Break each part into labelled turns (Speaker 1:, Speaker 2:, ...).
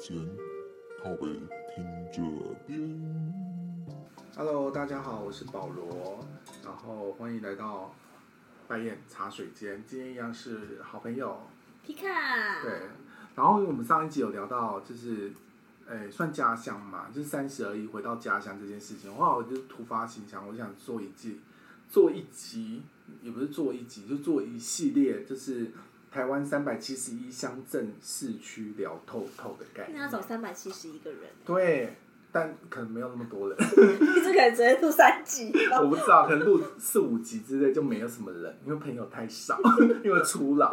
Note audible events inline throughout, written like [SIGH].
Speaker 1: 间，靠北听这边。
Speaker 2: Hello，大家好，我是保罗，然后欢迎来到白眼茶水间。今天一样是好朋友，
Speaker 3: 皮卡，
Speaker 2: 对。然后因为我们上一集有聊到，就是，诶，算家乡嘛，就是三十而已回到家乡这件事情。后来我就突发奇想，我想做一季，做一集，也不是做一集，就做一系列，就是台湾三百七十一乡镇市区聊透透的概
Speaker 3: 那
Speaker 2: 念
Speaker 3: 要。走三百七十一个人，
Speaker 2: 对，但可能没有那么多人。
Speaker 3: 你这可能直接录三集
Speaker 2: [LAUGHS]
Speaker 3: 吧。
Speaker 2: 我不知道，可能录四五集之类就没有什么人，因为朋友太少， [LAUGHS] 因为初老。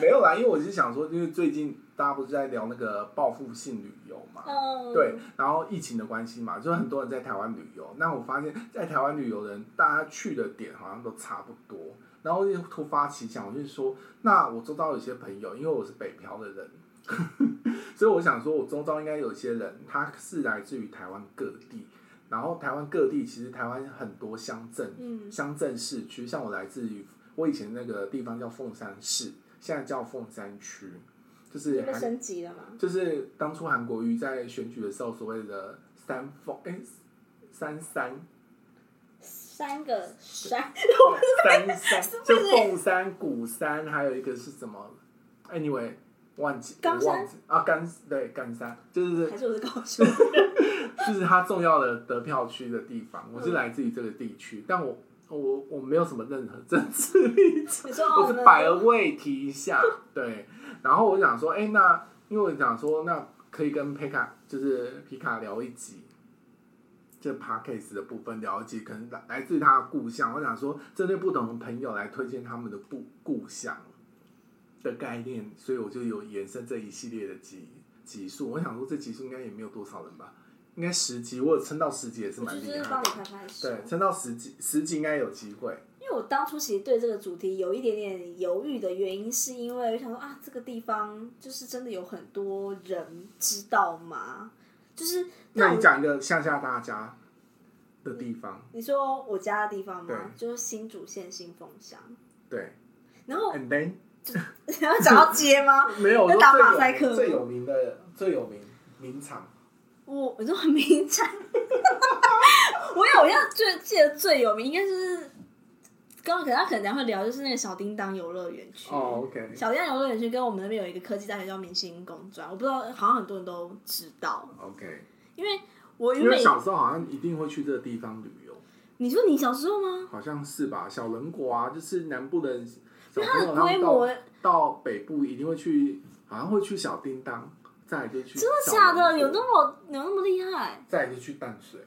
Speaker 2: 没有啦，因为我是想说，因为最近大家不是在聊那个报复性旅游嘛，
Speaker 3: 嗯，
Speaker 2: 对，，然后疫情的关系嘛，就是很多人在台湾旅游。那我发现，在台湾旅游的人，大家去的点好像都差不多。然后就突发奇想，我就说，那我周遭有些朋友，因为我是北漂的人， [LAUGHS] 所以我想说，我周遭应该有些人，他是来自于台湾各地。然后台湾各地，其实台湾很多乡镇，
Speaker 3: 嗯
Speaker 2: 乡镇市区，像我来自于我以前那个地方叫凤山市，现在叫凤山区，就是
Speaker 3: 被
Speaker 2: 韩
Speaker 3: 升级了嘛？
Speaker 2: 就是当初韩国瑜在选举的时候所谓的三峰，哎、三三
Speaker 3: 三个山，
Speaker 2: 三三，就凤山、鼓山，还有一个是什么？Anyway，忘记，
Speaker 3: 冈
Speaker 2: 我忘
Speaker 3: 山
Speaker 2: 记啊，冈对冈山，就是
Speaker 3: 还是我是高雄？
Speaker 2: 就是它重要的得票区的地方。我是
Speaker 3: 嗯
Speaker 2: 来自于这个地区，但我我我没有什么任何政治立场。
Speaker 3: 你说
Speaker 2: 我
Speaker 3: 哦，
Speaker 2: 是
Speaker 3: 们
Speaker 2: 摆了位提一下，对。然后我就想说，哎、那因为我想说，那可以跟皮卡就是皮卡聊一集，就 p a c k a s e 的部分聊一集，可能来来自他的故乡。我想说，针对不同的朋友来推荐他们的故故乡的概念，所以我就有延伸这一系列的集集数。我想说，这集数应该也没有多少人吧，应该十集，我有撑到十集也是
Speaker 3: 我
Speaker 2: 蛮
Speaker 3: 就
Speaker 2: 厉
Speaker 3: 是
Speaker 2: 害
Speaker 3: 帮你
Speaker 2: 的。
Speaker 3: 拍拍手。
Speaker 2: 对，撑到十集，十集应该有机会。
Speaker 3: 因为我当初其实对这个主题有一点点犹豫的原因，是因为我想说啊，这个地方就是真的有很多人知道吗？就是
Speaker 2: 那
Speaker 3: 我
Speaker 2: 你讲一个吓吓大家的地方，
Speaker 3: 你说我家的地方吗
Speaker 2: 对？
Speaker 3: 就是新竹县新丰乡，
Speaker 2: 对
Speaker 3: 然后 [LAUGHS]
Speaker 2: ，and then
Speaker 3: 然后讲到街吗？
Speaker 2: 没有
Speaker 3: 那
Speaker 2: 我
Speaker 3: 打
Speaker 2: 说
Speaker 3: 马赛克吗
Speaker 2: 最有最有名的最有名名场，
Speaker 3: 我我就很名产， [LAUGHS] 我有要最记得最有名应该就是，刚刚可能他可能等一下会聊就是那个小叮当游乐园区。
Speaker 2: 哦，OK，
Speaker 3: 小叮当游乐园区跟我们那边有一个科技大学叫明星工专，我不知道，好像很多人都知道，
Speaker 2: OK，
Speaker 3: 因为我
Speaker 2: 因
Speaker 3: 原
Speaker 2: 为
Speaker 3: 本
Speaker 2: 小时候好像一定会去这个地方旅游，
Speaker 3: 你说你小时候吗？
Speaker 2: 好像是吧？小人国啊，就是南部的小
Speaker 3: 因为
Speaker 2: 朋
Speaker 3: 它
Speaker 2: 友他
Speaker 3: 的 [LAUGHS] 规
Speaker 2: 们到
Speaker 3: 模
Speaker 2: 到北部一定会去，好像会去小叮当，再来就去
Speaker 3: 真的
Speaker 2: 小
Speaker 3: 假的？
Speaker 2: 人
Speaker 3: 有
Speaker 2: 国？
Speaker 3: 那么有那么厉害
Speaker 2: 再来就去淡水，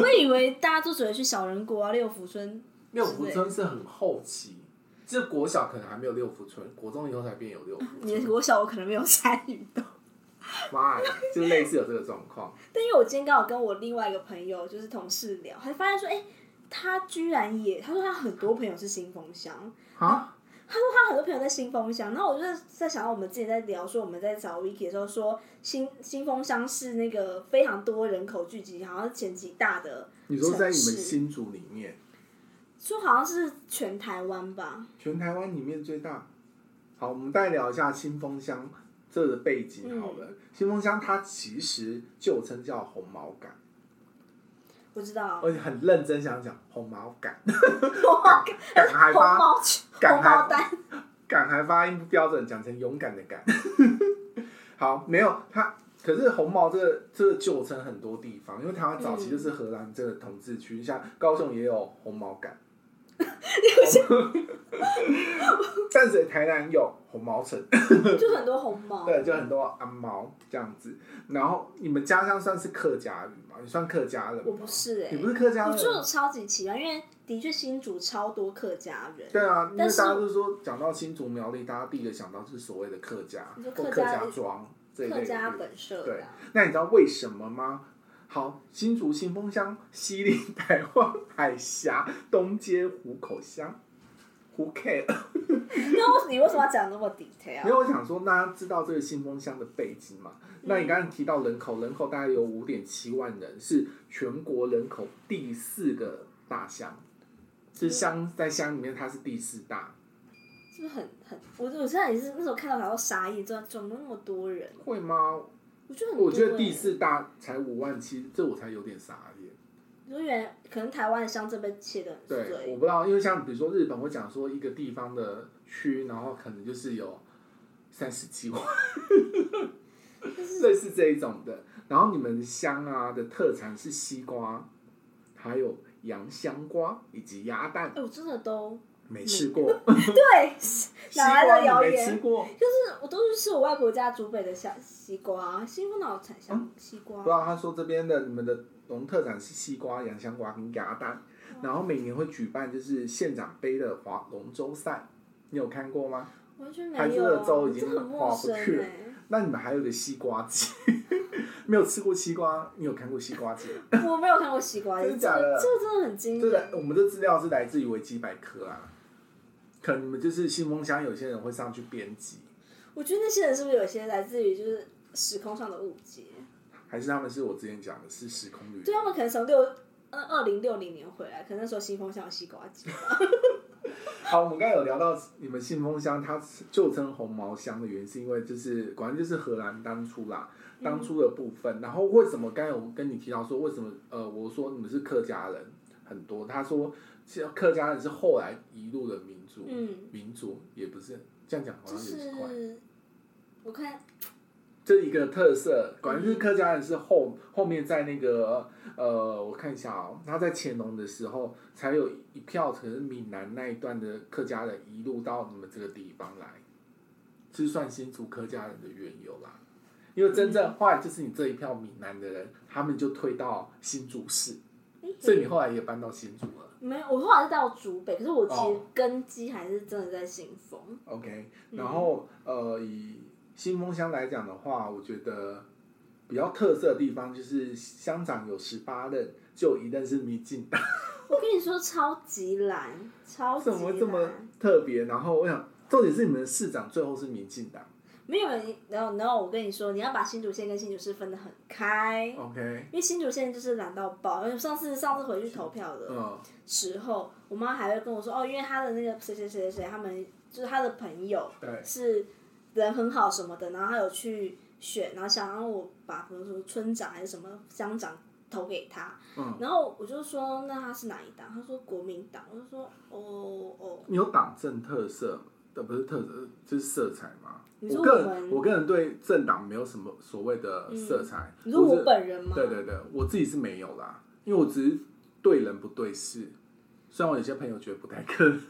Speaker 3: 我以为大家都只会去小人国啊、六福村，
Speaker 2: 六福村是很后期。这国小可能还没有六福村，国中以后才变有六福村。
Speaker 3: 你的国小我可能没有参与到。
Speaker 2: 妈呀，就类似有这个状况。
Speaker 3: 但因为我今天刚好跟我另外一个朋友，就是同事聊，还发现说，哎、他居然也，他说他很多朋友是新丰乡，
Speaker 2: 啊，
Speaker 3: 他说他很多朋友在新丰乡。那我就在想到我们之前在聊说，我们在找 Vicky 的时候说，新新丰乡是那个非常多人口聚集，好像是前几大的，
Speaker 2: 你说在你们
Speaker 3: 城市
Speaker 2: 新竹里面，
Speaker 3: 说好像是全台湾吧。
Speaker 2: 全台湾里面最大。好，我们再聊一下新丰乡这个背景好了。新丰乡它其实旧称叫红毛港，
Speaker 3: 我知道，
Speaker 2: 而且很认真想讲红毛港，
Speaker 3: 红
Speaker 2: 港 [LAUGHS] 港还
Speaker 3: 红
Speaker 2: 发
Speaker 3: 毛区
Speaker 2: 赶
Speaker 3: 红毛
Speaker 2: 快
Speaker 3: 丹，
Speaker 2: 港还发音不标准，讲成勇敢的
Speaker 3: [LAUGHS]
Speaker 2: 敢。好，没有它，可是红毛这个这个旧称很多地方，因为台湾早期就是荷兰这个统治区，像高雄也有红毛港。淡水、台南有红毛城，
Speaker 3: 就很多红毛。
Speaker 2: 对，就很多阿毛这样子。然后你们家乡算是客家语吗？你算客家人吗？
Speaker 3: 我不是哎、
Speaker 2: 你不是客家
Speaker 3: 我
Speaker 2: 人？
Speaker 3: 就超级奇怪，因为的确新竹超多客家人。
Speaker 2: 对啊，因为
Speaker 3: 但
Speaker 2: 大
Speaker 3: 是
Speaker 2: 家都说讲到新竹苗栗，大家第一个想到是所谓的客家
Speaker 3: 你说
Speaker 2: 或
Speaker 3: 客
Speaker 2: 客
Speaker 3: 家
Speaker 2: 家庄这一类
Speaker 3: 客
Speaker 2: 的
Speaker 3: 家
Speaker 2: 地方
Speaker 3: 本社
Speaker 2: 对
Speaker 3: 的啊、
Speaker 2: 那你知道为什么吗？好，新竹新丰乡西临台湾海峡，东接湖口乡。Who care？
Speaker 3: 啊那为你为什么要讲那么
Speaker 2: 因为
Speaker 3: detail？
Speaker 2: 我想说，大家知道这个新丰乡的背景嘛？
Speaker 3: 嗯
Speaker 2: 那你刚刚提到人口，人口大概有五点七万人，是全国人口第四个大乡，是乡
Speaker 3: 嗯
Speaker 2: 在乡里面它是第四大，
Speaker 3: 是不是很很？我我现在也是那时候看到然后傻眼，怎么怎么那么多人？
Speaker 2: 会吗？
Speaker 3: 我觉得很多、
Speaker 2: 我
Speaker 3: 欸。
Speaker 2: 觉得第四大才五万七，这我才有点傻眼。
Speaker 3: 你说原来可能台湾的乡镇被切的很
Speaker 2: 对，我
Speaker 3: 碎，
Speaker 2: 不知道，因为像比如说日本，我讲说一个地方的区，然后可能就是有三十几
Speaker 3: [LAUGHS]
Speaker 2: 万，类似这一种的。然后你们乡啊的特产是西瓜，还有洋香瓜以及鸭蛋
Speaker 3: 哎、，我真的都
Speaker 2: 没吃过，
Speaker 3: 对，
Speaker 2: 西
Speaker 3: [LAUGHS] 哪来
Speaker 2: 瓜
Speaker 3: 的
Speaker 2: 你
Speaker 3: 谣
Speaker 2: 没吃
Speaker 3: 言？
Speaker 2: 过，
Speaker 3: 就是我都是吃我外婆家煮北的小西瓜，西瓜脑产香
Speaker 2: 嗯
Speaker 3: 西瓜
Speaker 2: 不知，道他说这边的你们的农特产是西瓜、洋香瓜跟鸭蛋，然后每年会举办就是县长杯的划龙舟赛，你有看过吗？
Speaker 3: 完全
Speaker 2: 台
Speaker 3: 没
Speaker 2: 式
Speaker 3: 有、
Speaker 2: 的
Speaker 3: 啊，
Speaker 2: 粥已
Speaker 3: 这
Speaker 2: 经
Speaker 3: 很陌
Speaker 2: 划不
Speaker 3: 生哎、
Speaker 2: 去了那你们还有一个西瓜季， [LAUGHS] 没有吃过西瓜，你有看过西瓜季吗？
Speaker 3: 我没有看过西
Speaker 2: [LAUGHS]
Speaker 3: 瓜，
Speaker 2: 真的假的
Speaker 3: 这个真的很惊
Speaker 2: 这来
Speaker 3: 人。
Speaker 2: 我们的资料是来自于维基百科啊，可能你们就是信封箱，有些人会上去编辑，
Speaker 3: 我觉得那些人是不是有些来自于就是时空上的误解？
Speaker 2: 还是他们是我之前讲的是时空旅
Speaker 3: 对啊
Speaker 2: 游。
Speaker 3: 他们可能从六嗯二零六零年回来，可能那时候新风向有西瓜机，嗯
Speaker 2: 好，我们刚才有聊到你们信封箱，它旧称红毛箱的原因是因为就是果然就是荷兰当初啦，
Speaker 3: 嗯
Speaker 2: 当初的部分。然后为什么刚才我跟你提到说为什么呃我说你们是客家人很多，他说其实客家人是后来移入的民族，
Speaker 3: 嗯，
Speaker 2: 民族也不是这样讲，好
Speaker 3: 就
Speaker 2: 像有点怪。
Speaker 3: 是我看
Speaker 2: 这一个特色，果然是客家人是后后面在那个呃，我看一下哦，他在乾隆的时候才有一票，可能闽南那一段的客家人移入到你们这个地方来，是算新竹客家人的缘由啦。因为真正后来就是你这一票闽南的人，他们就退到新竹市，
Speaker 3: 诶
Speaker 2: 所以你后来也搬到新竹了。
Speaker 3: 没有，我后来是到竹北，可是我其实
Speaker 2: 哦
Speaker 3: 根基还是真的在新丰。
Speaker 2: OK，然
Speaker 3: 嗯
Speaker 2: 后、呃，以新丰乡来讲的话，我觉得比较特色的地方就是乡长有十八任，就一任是民进党，
Speaker 3: 我跟你说，超级懒，超级
Speaker 2: 怎么这么
Speaker 3: 懒。
Speaker 2: 特别？然后我想，重点是你们的市长最后是民进党
Speaker 3: 没有人，然后然后我跟你说，你要把新竹县跟新竹市分得很开，
Speaker 2: ，OK，
Speaker 3: 因为新竹县就是懒到爆。因为上次上次回去投票的，
Speaker 2: 嗯，
Speaker 3: 时候，我妈还会跟我说，哦，因为她的那个谁谁谁谁谁，他们就是她的朋友
Speaker 2: 对，
Speaker 3: 是人很好什么的，然后她有去选，然后想让我把比如说村长还是什么乡长投给他，
Speaker 2: 嗯
Speaker 3: 然后我就说那他是哪一党？他说国民党，我就说哦哦，
Speaker 2: 你有党政特色，呃，不是特色，就是色彩吗？
Speaker 3: 你说
Speaker 2: 我个
Speaker 3: 我们
Speaker 2: 人，我个人对政党没有什么所谓的色彩。
Speaker 3: 嗯你说我
Speaker 2: 是
Speaker 3: 本人吗？
Speaker 2: 对对对，我自己是没有啦，因为我只是对人不对事。虽然我有些朋友觉得不太可能，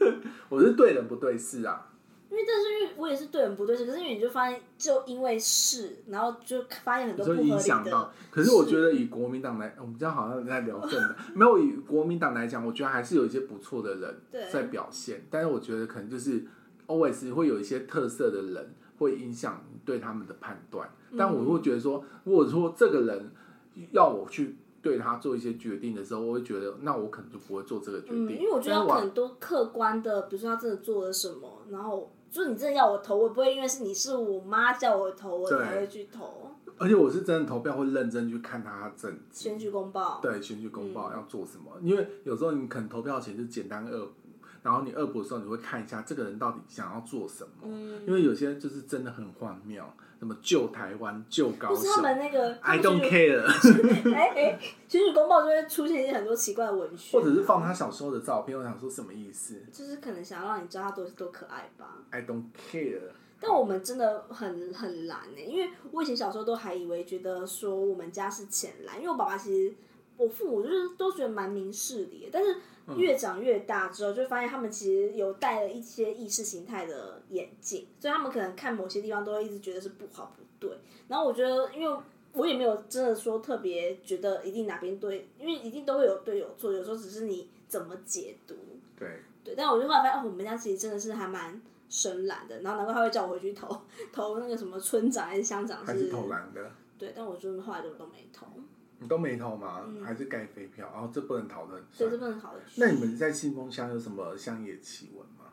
Speaker 2: 我是对人不对事啊。
Speaker 3: 因为但是因为我也是对人不对事，可是因为你就发现就因为是，然后就发现很多不
Speaker 2: 所
Speaker 3: 合
Speaker 2: 以
Speaker 3: 理
Speaker 2: 影响
Speaker 3: 的
Speaker 2: 到，，可是我觉得以国民党来，我们这样好像在聊政的，没有以国民党来讲，我觉得还是有一些不错的人
Speaker 3: 对
Speaker 2: 在表现，但是我觉得可能就是 always 会有一些特色的人会影响你对他们的判断，
Speaker 3: 嗯
Speaker 2: 但我会觉得说，如果说这个人要我去对他做一些决定的时候，我会觉得那我可能就不会做这个决定，
Speaker 3: 嗯，因为我觉得
Speaker 2: 但
Speaker 3: 要
Speaker 2: 是我
Speaker 3: 很多客观的，比如说他真的做了什么，然后就是你真的要我投，我不会因为是你是我妈叫我投，我
Speaker 2: 对
Speaker 3: 才会去投
Speaker 2: 而且我是真的投票会认真去看他政绩，
Speaker 3: 选举公报。
Speaker 2: 对选举公
Speaker 3: 嗯
Speaker 2: 报要做什么，因为有时候你可能投票前就简单恶补，然后你恶补的时候你会看一下这个人到底想要做什么，
Speaker 3: 嗯，
Speaker 2: 因为有些就是真的很荒谬，什么救台湾、救高
Speaker 3: 不是他
Speaker 2: 雄
Speaker 3: 们那个他
Speaker 2: ，I
Speaker 3: 们选
Speaker 2: don't
Speaker 3: 举，
Speaker 2: care，
Speaker 3: [LAUGHS] 哎哎，选举公报就会出现一些很多奇怪的文学，
Speaker 2: 或者是放他小时候的照片，我想说什么意思
Speaker 3: 就是可能想要让你知道他多多可爱吧。
Speaker 2: ？I don't care，
Speaker 3: 但我们真的很很懒呢、因为我以前小时候都还以为觉得说我们家是浅蓝，因为我爸爸其实我父母就是都觉得蛮明事理的，但是越长越大之后，就发现他们其实有戴了一些意识形态的眼镜，所以他们可能看某些地方都会一直觉得是不好不对。然后我觉得，因为我也没有真的说特别觉得一定哪边对，因为一定都会有对有错，有时候只是你怎么解读。
Speaker 2: 对，
Speaker 3: 对，但我就后来发现，哦，我们家其实真的是还蛮深蓝的，然后难怪他会叫我回去投 [LAUGHS] 投那个什么村长还是乡长
Speaker 2: 还是投篮的。
Speaker 3: 对，但我就是后来就都没投，
Speaker 2: 你都没投吗？还是盖飞票？然、哦后这不能讨论。
Speaker 3: 所以这份好的区
Speaker 2: 啊那你们在信丰乡有什么乡野奇闻吗？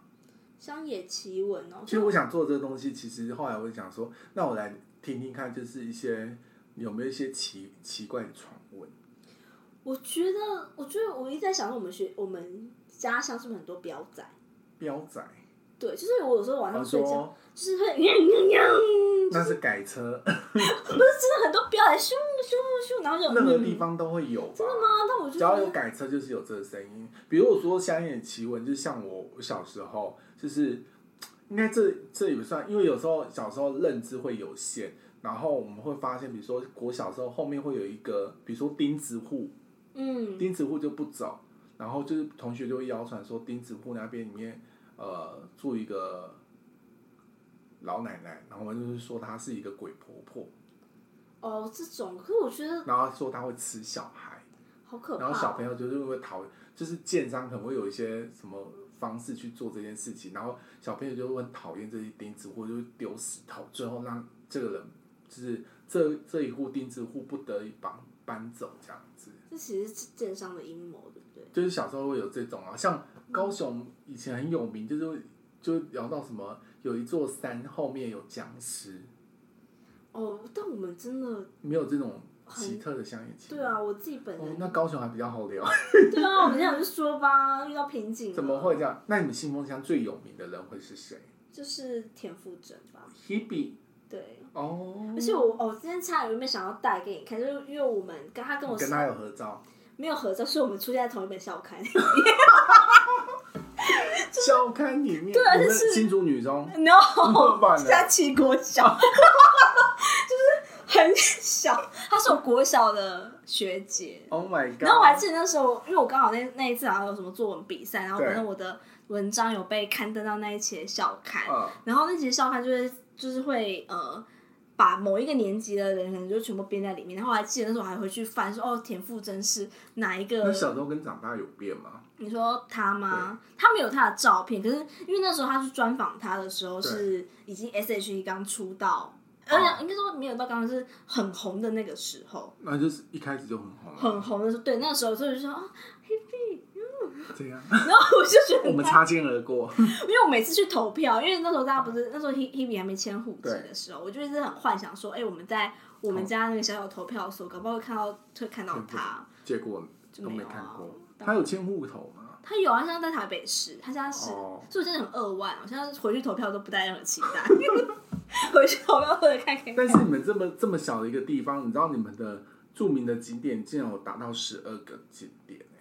Speaker 3: 乡野奇闻哦，
Speaker 2: 其实我想做这个东西，其实后来我就想说，那我来听听看，就是一些有没有一些奇奇怪的传闻。
Speaker 3: 我觉得，我觉得我一直在想说，我们学我们家乡是不是很多彪仔？
Speaker 2: 彪仔，
Speaker 3: 对，就是我有时候晚
Speaker 2: 我
Speaker 3: 上睡觉，
Speaker 2: 哦说
Speaker 3: 就是会 [LAUGHS] 真
Speaker 2: 那是改车， [LAUGHS]
Speaker 3: 的很多标来咻咻咻，然后就
Speaker 2: 任何
Speaker 3: 嗯
Speaker 2: 地方都会有吧？真的
Speaker 3: 啊，那我就
Speaker 2: 只
Speaker 3: 觉
Speaker 2: 要有
Speaker 3: 得
Speaker 2: 改车，就是有这个声音。比如我说乡野奇闻，就像我小时候，就是应该这这也不算，因为有时候小时候认知会有限，然后我们会发现，比如说我小时候后面会有一个，比如说钉子户，
Speaker 3: 嗯，
Speaker 2: 钉子户就不走，然后就是同学就会谣传说钉子户那边里面呃住一个老奶奶，然后我们就是说她是一个鬼婆婆，
Speaker 3: 哦，这种，可是我觉得
Speaker 2: 然后说她会吃小孩。
Speaker 3: 好可怕
Speaker 2: 然
Speaker 3: 哦。
Speaker 2: 后小朋友就是会讨，就是建商可能会有一些什么方式去做这件事情，然后小朋友就会很讨厌这些钉子户，就会丢石头，最后让这个人就是这这一户钉子户不得已搬搬走这样子。
Speaker 3: 这其实是奸商的阴谋，对不对？
Speaker 2: 就是小时候会有这种啊，像高雄以前很有名，就是会就会聊到什么有一座山后面有僵尸，
Speaker 3: 哦，但我们真的
Speaker 2: 没有这种奇特的乡野奇
Speaker 3: 对。啊，我自己本
Speaker 2: 哦
Speaker 3: 人，
Speaker 2: 那高雄还比较好聊， [LAUGHS]
Speaker 3: 对啊，我们这样就说吧，遇到瓶颈了
Speaker 2: 怎么会这？样？那你们信风乡最有名的人会是谁
Speaker 3: 就是田馥甄吧，
Speaker 2: ？Hebe
Speaker 3: 对。
Speaker 2: 哦，
Speaker 3: 而且我哦，今天差点没想要带给你看，就是因为我们跟他跟我
Speaker 2: 你跟他有合照，
Speaker 3: 没有合照，所以我们出现在同一本校刊。
Speaker 2: 校刊里面，
Speaker 3: 对而且
Speaker 2: 我们
Speaker 3: 是哦
Speaker 2: 新竹女中 [LAUGHS]
Speaker 3: no，
Speaker 2: 不然
Speaker 3: [LAUGHS]
Speaker 2: 呢
Speaker 3: 是在七国小， [LAUGHS] 就是很小，她是我国小的学姐。
Speaker 2: ，Oh my God！
Speaker 3: 然后我还记得那时候，因为我刚好那那一次好像有什么作文比赛，然后
Speaker 2: 对
Speaker 3: 反正我的文章有被刊登到那一期的校刊，
Speaker 2: 嗯
Speaker 3: 然后那期校刊就是就是会呃。把某一个年级的人可能就全部编在里面，然后我还记得那时候我还回去翻说哦，田馥甄是哪一个
Speaker 2: 那小时候跟长大有变吗？
Speaker 3: 你说他吗？他们有他的照片，可是因为那时候他去专访他的时候
Speaker 2: 对
Speaker 3: 是已经 S.H.E 刚出道，
Speaker 2: 哦
Speaker 3: 而且应该说没有到刚是很红的那个时候，
Speaker 2: 那就是一开始就很红啊
Speaker 3: 很
Speaker 2: 了，
Speaker 3: 红的时候，对，那时候所以就说啊，
Speaker 2: 这样
Speaker 3: 然后我就觉得
Speaker 2: 我们
Speaker 3: 他，
Speaker 2: 擦肩而过。
Speaker 3: 因为我每次去投票，因为那时候大家不是那时候 He Hebe 还没签户籍
Speaker 2: 嗯对
Speaker 3: 的时候，我就一直很幻想说，哎、我们在我们家那个小小投票的时候，搞不好会看到会看到他，
Speaker 2: [LAUGHS] 结果
Speaker 3: 就
Speaker 2: 都
Speaker 3: 没
Speaker 2: 没
Speaker 3: 有啊
Speaker 2: 看过，
Speaker 3: 当
Speaker 2: 他有迁户头吗？
Speaker 3: 他有啊，现在在台北市，他现在是，
Speaker 2: 哦
Speaker 3: 所以我真的很扼腕。我现在回去投票都不带任何期待， [LAUGHS] 回去投票或者看看。
Speaker 2: 但是你们这么这么小的一个地方，你知道你们的著名的景点竟然有达到十二个景点、欸，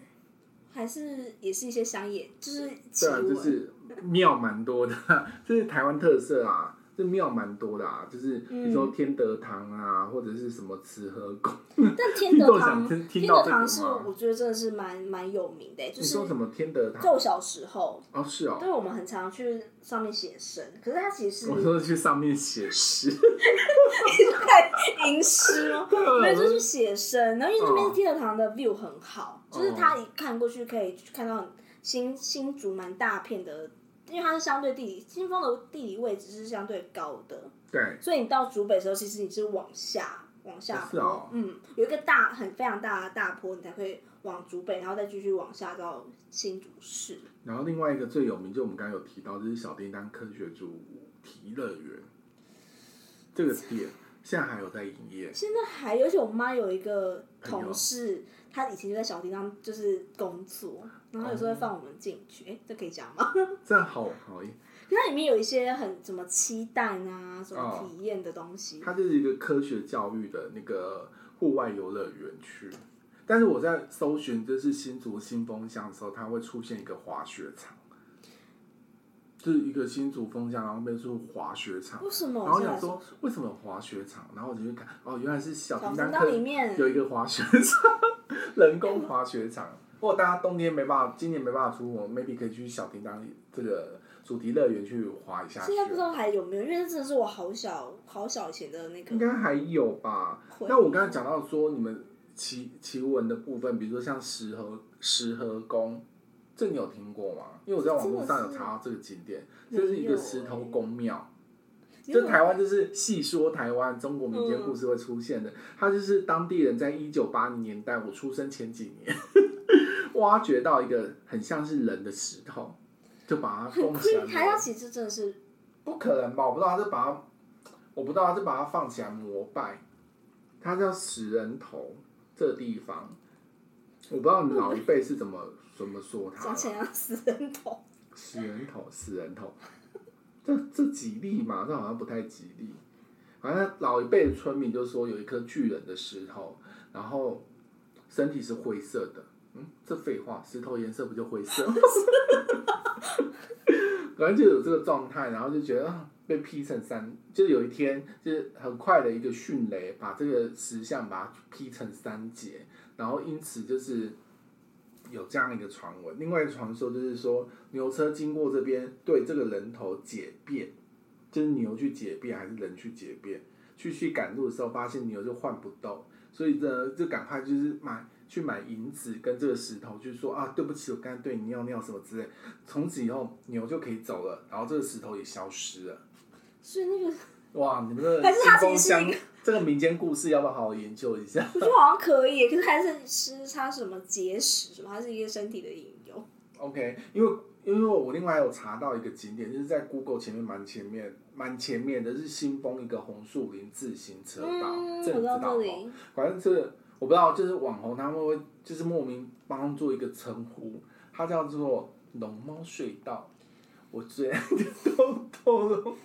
Speaker 3: 还是也是一些乡野，就是奇
Speaker 2: 对啊，
Speaker 3: 闻，
Speaker 2: 就是庙蛮多的， [LAUGHS] 这是台湾特色啊，这庙蛮多的啊，就是比如说
Speaker 3: 嗯
Speaker 2: 天德堂啊，或者是什么慈和宫， [LAUGHS]
Speaker 3: 但天德堂，
Speaker 2: 听众想听
Speaker 3: 天
Speaker 2: 听
Speaker 3: 德
Speaker 2: 到这个
Speaker 3: 堂
Speaker 2: 吗
Speaker 3: 是我觉得真的是蛮蛮有名的、欸就
Speaker 2: 你
Speaker 3: 是
Speaker 2: 说什么天德
Speaker 3: 在
Speaker 2: 堂？
Speaker 3: 我小时候，
Speaker 2: 哦，是哦，
Speaker 3: 对我们很常去上面写生，可是它其实
Speaker 2: 我说去上面写诗， [LAUGHS]
Speaker 3: 太吟诗哦，
Speaker 2: 啊
Speaker 3: 没有就是写生。然后因为那边
Speaker 2: 嗯
Speaker 3: 天德堂的 view 很好，就是
Speaker 2: 嗯
Speaker 3: 它一看过去可以看到新新竹蛮大片的，因为它是相对地理新丰的地理位置是相对高的，
Speaker 2: 对，
Speaker 3: 所以你到竹北的时候，其实你是往下往下
Speaker 2: 是
Speaker 3: 坡，
Speaker 2: 哦
Speaker 3: 嗯，有一个大很非常大的大坡，你才会往竹北，然后再继续往下到新竹市。
Speaker 2: 然后另外一个最有名，就我们刚刚有提到，就是小叮当科学组提乐园，这个点现在还有在营业，
Speaker 3: 现在还有，而且我妈有一个
Speaker 2: 朋
Speaker 3: 同
Speaker 2: 友
Speaker 3: 事，她以前就在小地方就是工作，然后有时候会放我们进去，哎、这可以讲吗？ [LAUGHS]
Speaker 2: 这样好好，
Speaker 3: 可它里面有一些很什么期待啊，什么
Speaker 2: 哦
Speaker 3: 体验的东西。
Speaker 2: 它就是一个科学教育的那个户外游乐园区。但是我在搜寻就是新竹新风向的时候，它会出现一个滑雪场，就是一个新竹风向，然后那边是滑雪场
Speaker 3: 为。什么？
Speaker 2: 然后
Speaker 3: 我
Speaker 2: 我想
Speaker 3: 现在
Speaker 2: 说为什么有滑雪场，然后我就去看，哦，原来是小叮
Speaker 3: 小叮
Speaker 2: 当
Speaker 3: 当
Speaker 2: 科
Speaker 3: 里面
Speaker 2: 有一个滑雪场， [LAUGHS] 人工滑雪场。如果大家冬天没办法，今年没办法出国，maybe 可以去小叮当这个主题乐园去滑一下雪
Speaker 3: 现。在不知道还有没有，因为这真的是我好小好小以前的那个
Speaker 2: 应该还有吧
Speaker 3: 会。
Speaker 2: 那我刚才讲到说你们奇奇闻的部分，比如说像石河石河宫，这你有听过吗？因为我在网络上有查到这个景点，
Speaker 3: 真
Speaker 2: 这
Speaker 3: 的是
Speaker 2: 是一个石头公庙。
Speaker 3: 没有
Speaker 2: 这台湾就是细说台湾中国民间故事会出现的，它就是当地人在一九八零年代，我出生前几年， [LAUGHS] 挖掘到一个很像是人的石头，就把它
Speaker 3: 很
Speaker 2: 封起来
Speaker 3: creepy，
Speaker 2: 了。
Speaker 3: 它它其实真的是
Speaker 2: 不可能吧？我不知道，他是把它，我不知道他是把它放起来膜拜，它叫死人头这个地方，我不知道你老一辈是怎么怎么说它
Speaker 3: 讲起
Speaker 2: 的。
Speaker 3: 来像死人头，
Speaker 2: 死人头，死人头， [LAUGHS] 这这吉利吗？这好像不太吉利。反正老一辈的村民就说有一颗巨人的石头，然后身体是灰色的。嗯，这废话，石头颜色不就灰色？ [LAUGHS] 反正就有这个状态，然后就觉得啊被劈成三，就是有一天就是很快的一个迅雷，把这个石像把它劈成三截，然后因此就是有这样一个传闻。另外一个传说就是说，牛车经过这边对这个人头解便，就是牛去解便还是人去解便？去去赶路的时候发现牛就换不动，所以呢就赶快就是买去买银子跟这个石头，就说啊对不起，我刚才对你尿尿什么之类。从此以后牛就可以走了，然后这个石头也消失了。
Speaker 3: 所以那个
Speaker 2: 哇，你们的
Speaker 3: 但是它
Speaker 2: 星空
Speaker 3: 其实是
Speaker 2: 乡
Speaker 3: 一
Speaker 2: 这个民间故事要不要好好研究一下？
Speaker 3: 我觉得好像可以，可是还是吃它什么结石什么，它是一个身体的隐忧。
Speaker 2: OK，因为因为我另外有查到一个景点，就是在 Google 前面蛮前面蛮前面的是新丰一个红树林自行车道，
Speaker 3: 嗯，我
Speaker 2: 这你
Speaker 3: 知
Speaker 2: 知
Speaker 3: 道
Speaker 2: 道哦
Speaker 3: 这
Speaker 2: 吗？
Speaker 3: 里，
Speaker 2: 反正这个我不知道，就是网红他们会就是莫名帮他们做一个称呼，它叫做龙猫隧道。我最爱的豆豆龙，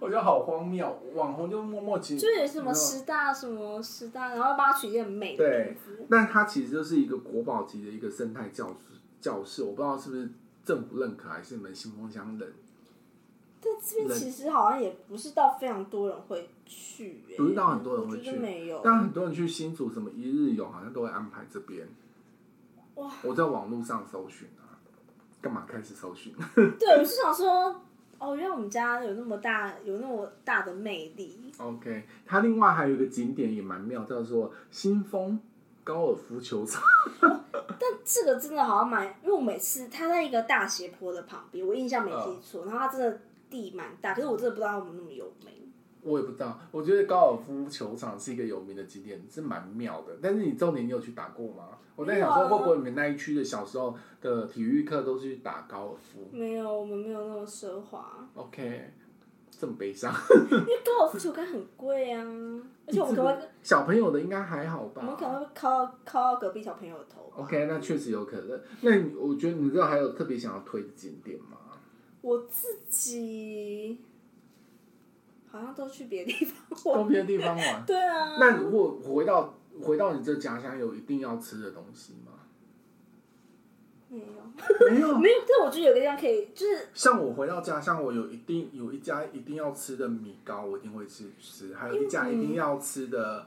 Speaker 2: 我觉得好荒谬，网红就默默其
Speaker 3: 就
Speaker 2: 实。
Speaker 3: 有什么师大什么师大，然后帮它取一个很美的
Speaker 2: 对
Speaker 3: 名字。
Speaker 2: 但它其实就是一个国宝级的一个生态教室教室，我不知道是不是政府认可，还是你们新丰乡人。
Speaker 3: 但这边
Speaker 2: 人
Speaker 3: 其实好像也不是到非常多人会去、欸，
Speaker 2: 不是到很多人会去
Speaker 3: 我觉得没有。
Speaker 2: 但很多人去新竹什么一日游，好像都会安排这边。
Speaker 3: 哇！
Speaker 2: 我在网络上搜寻啊，干嘛开始搜寻？
Speaker 3: 对，我是想说，哦，原来我们家有那么大，有那么大的魅力。
Speaker 2: OK，它另外还有一个景点也蛮妙，叫做新丰高尔夫球场。
Speaker 3: 这个真的好像蛮，因为我每次它在一个大斜坡的旁边，我印象没记错，
Speaker 2: 嗯
Speaker 3: 然后它真的地蛮大，可是我真的不知道它们那么有名。
Speaker 2: 我也不知道，我觉得高尔夫球场是一个有名的景点，是蛮妙的。但是你重点你有去打过吗？我在想
Speaker 3: 没
Speaker 2: 说，
Speaker 3: 有啊
Speaker 2: 会不会你们那一区的小时候的体育课都是去打高尔夫
Speaker 3: 没有，我们没有那么奢华，
Speaker 2: ？OK，这么悲伤。
Speaker 3: 因为高尔夫球杆很贵啊，而且我们可能会，
Speaker 2: [LAUGHS] 小朋友的应该还好
Speaker 3: 我们
Speaker 2: 吧
Speaker 3: 可能会敲到敲到隔壁小朋友的头。
Speaker 2: ？OK，那确实有可能。那你我觉得你知道还有特别想要推的景点吗？
Speaker 3: 我自己好像都去别的地方
Speaker 2: 到
Speaker 3: 玩。
Speaker 2: 别的地方
Speaker 3: [LAUGHS]
Speaker 2: 玩。
Speaker 3: 对啊，
Speaker 2: 那如果回到回到你这家乡，有一定要吃的东西吗？
Speaker 3: 没有，
Speaker 2: 没有，
Speaker 3: 没有。但我觉得有个地方可以，就是
Speaker 2: 像我回到家乡，我有一定有一家一定要吃的米糕，我一定会去吃；还有一
Speaker 3: 嗯
Speaker 2: 家一定要吃的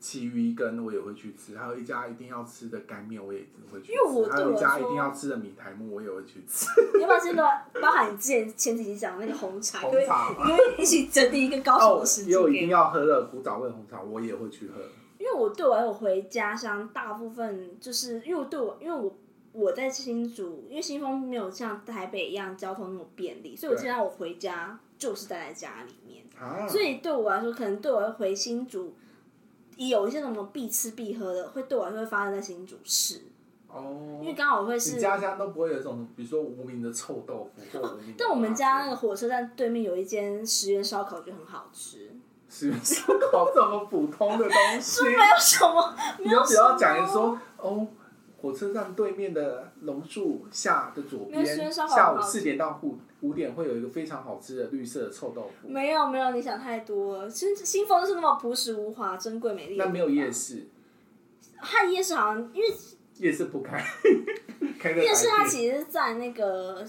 Speaker 2: 奇鱼羹，我也会去吃；还有一家一定要吃的干面，我也一定会去吃；
Speaker 3: 因为我
Speaker 2: 还
Speaker 3: 对
Speaker 2: 有
Speaker 3: 我
Speaker 2: 一
Speaker 3: 来
Speaker 2: 家一
Speaker 3: 说
Speaker 2: 定要吃的米苔木，我也会去吃。
Speaker 3: 你要不要先包包含你之前前几集讲的那个红茶，
Speaker 2: 红
Speaker 3: 因为
Speaker 2: 茶
Speaker 3: 因为一起整理一个高手
Speaker 2: 哦
Speaker 3: 的时，
Speaker 2: 也
Speaker 3: 间
Speaker 2: 有一
Speaker 3: 给
Speaker 2: 定
Speaker 3: 我。
Speaker 2: 要喝的古早味红茶，我也会去喝。
Speaker 3: 因为我对我来说我回家乡，大部分就是因为我对我，因为我我在新竹，因为新丰没有像台北一样交通那么便利，所以我
Speaker 2: 对
Speaker 3: 基本上我回家就是待在家里面。
Speaker 2: 啊，
Speaker 3: 所以对我来说，可能对我回新竹，有一些什么必吃必喝的，会对我来说会发生在新竹市，
Speaker 2: 哦
Speaker 3: 因为，刚好会
Speaker 2: 你
Speaker 3: 是。
Speaker 2: 家乡都不会有一种，比如说无名的臭豆腐或无名的麻辣之类的。
Speaker 3: 但我们家那个火车站对面有一间十元烧烤，就很好吃。
Speaker 2: 是 [LAUGHS] 烧烤这么普通的东西，
Speaker 3: 没有什么，
Speaker 2: 你
Speaker 3: 没
Speaker 2: 就
Speaker 3: 有
Speaker 2: 只
Speaker 3: 什
Speaker 2: 要
Speaker 3: 么。啊
Speaker 2: 讲一说哦，火车站对面的榕树下的左
Speaker 3: 没有时
Speaker 2: 边，
Speaker 3: 间烧烤
Speaker 2: 下午
Speaker 3: 好
Speaker 2: 四点到五五点会有一个非常好吃的绿色的臭豆腐，
Speaker 3: 没有没有，你想太多了。新新丰就是那么朴实无华、珍贵美丽。
Speaker 2: 那没有夜，市，
Speaker 3: 汉夜市好像因为
Speaker 2: 夜市不开， [LAUGHS] 开在
Speaker 3: 夜市
Speaker 2: 白
Speaker 3: 它
Speaker 2: 天。
Speaker 3: 其实是在那个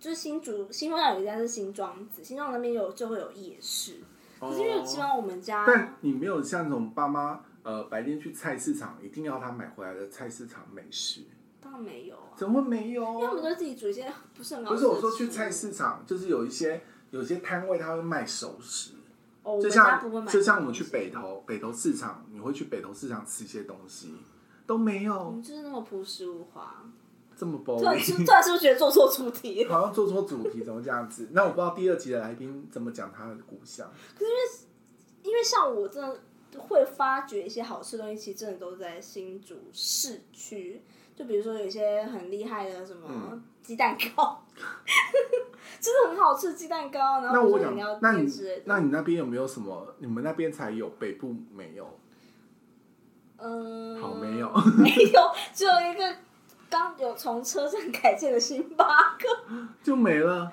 Speaker 3: 就是新竹新丰那有一家是新庄子，新庄那边有就会有夜市。可是因为基本
Speaker 2: 哦，
Speaker 3: 上我们家
Speaker 2: 但你没有像那种爸妈呃白天去菜市场，一定要他买回来的菜市场美食，
Speaker 3: 当然没有啊，
Speaker 2: 怎么会没有？
Speaker 3: 因为我们都自己煮一些不是很好
Speaker 2: 不
Speaker 3: 吃
Speaker 2: 是
Speaker 3: 的
Speaker 2: 我说去
Speaker 3: 食
Speaker 2: 菜市场，就是有一些有些摊位他会卖熟食。
Speaker 3: 物，哦，我
Speaker 2: 就
Speaker 3: 们家
Speaker 2: 像
Speaker 3: 不会买。
Speaker 2: 就像我们去北，投北投市场，你会去北投市场吃一些东西，都没
Speaker 3: 我
Speaker 2: 有
Speaker 3: 们就是那么朴实无
Speaker 2: [LAUGHS]
Speaker 3: 华。
Speaker 2: 这么
Speaker 3: 突然
Speaker 2: boring。
Speaker 3: 啊是突然是不是觉得做错主题
Speaker 2: [LAUGHS]
Speaker 3: 了？
Speaker 2: 好像做错主题怎么这样子？那我不知道第二集的来宾怎么讲他的故乡。
Speaker 3: 哦因为像我真的会发掘一些好吃的东西，其实真的都在新竹市区。就比如说有一些很厉害的什么
Speaker 2: 嗯
Speaker 3: 鸡蛋糕， [LAUGHS] 真的很好吃的鸡蛋糕，然
Speaker 2: 那
Speaker 3: 后
Speaker 2: 我
Speaker 3: 或者
Speaker 2: 讲
Speaker 3: 饮料，
Speaker 2: 那
Speaker 3: 店
Speaker 2: 你
Speaker 3: 之类的。
Speaker 2: 那你那边有没有什么？你们那边才有，北部没有？
Speaker 3: 嗯，
Speaker 2: 好，没有，
Speaker 3: [LAUGHS]
Speaker 2: [LAUGHS]
Speaker 3: 没有，只有一个刚有从车站改建的星巴克，
Speaker 2: 就没了。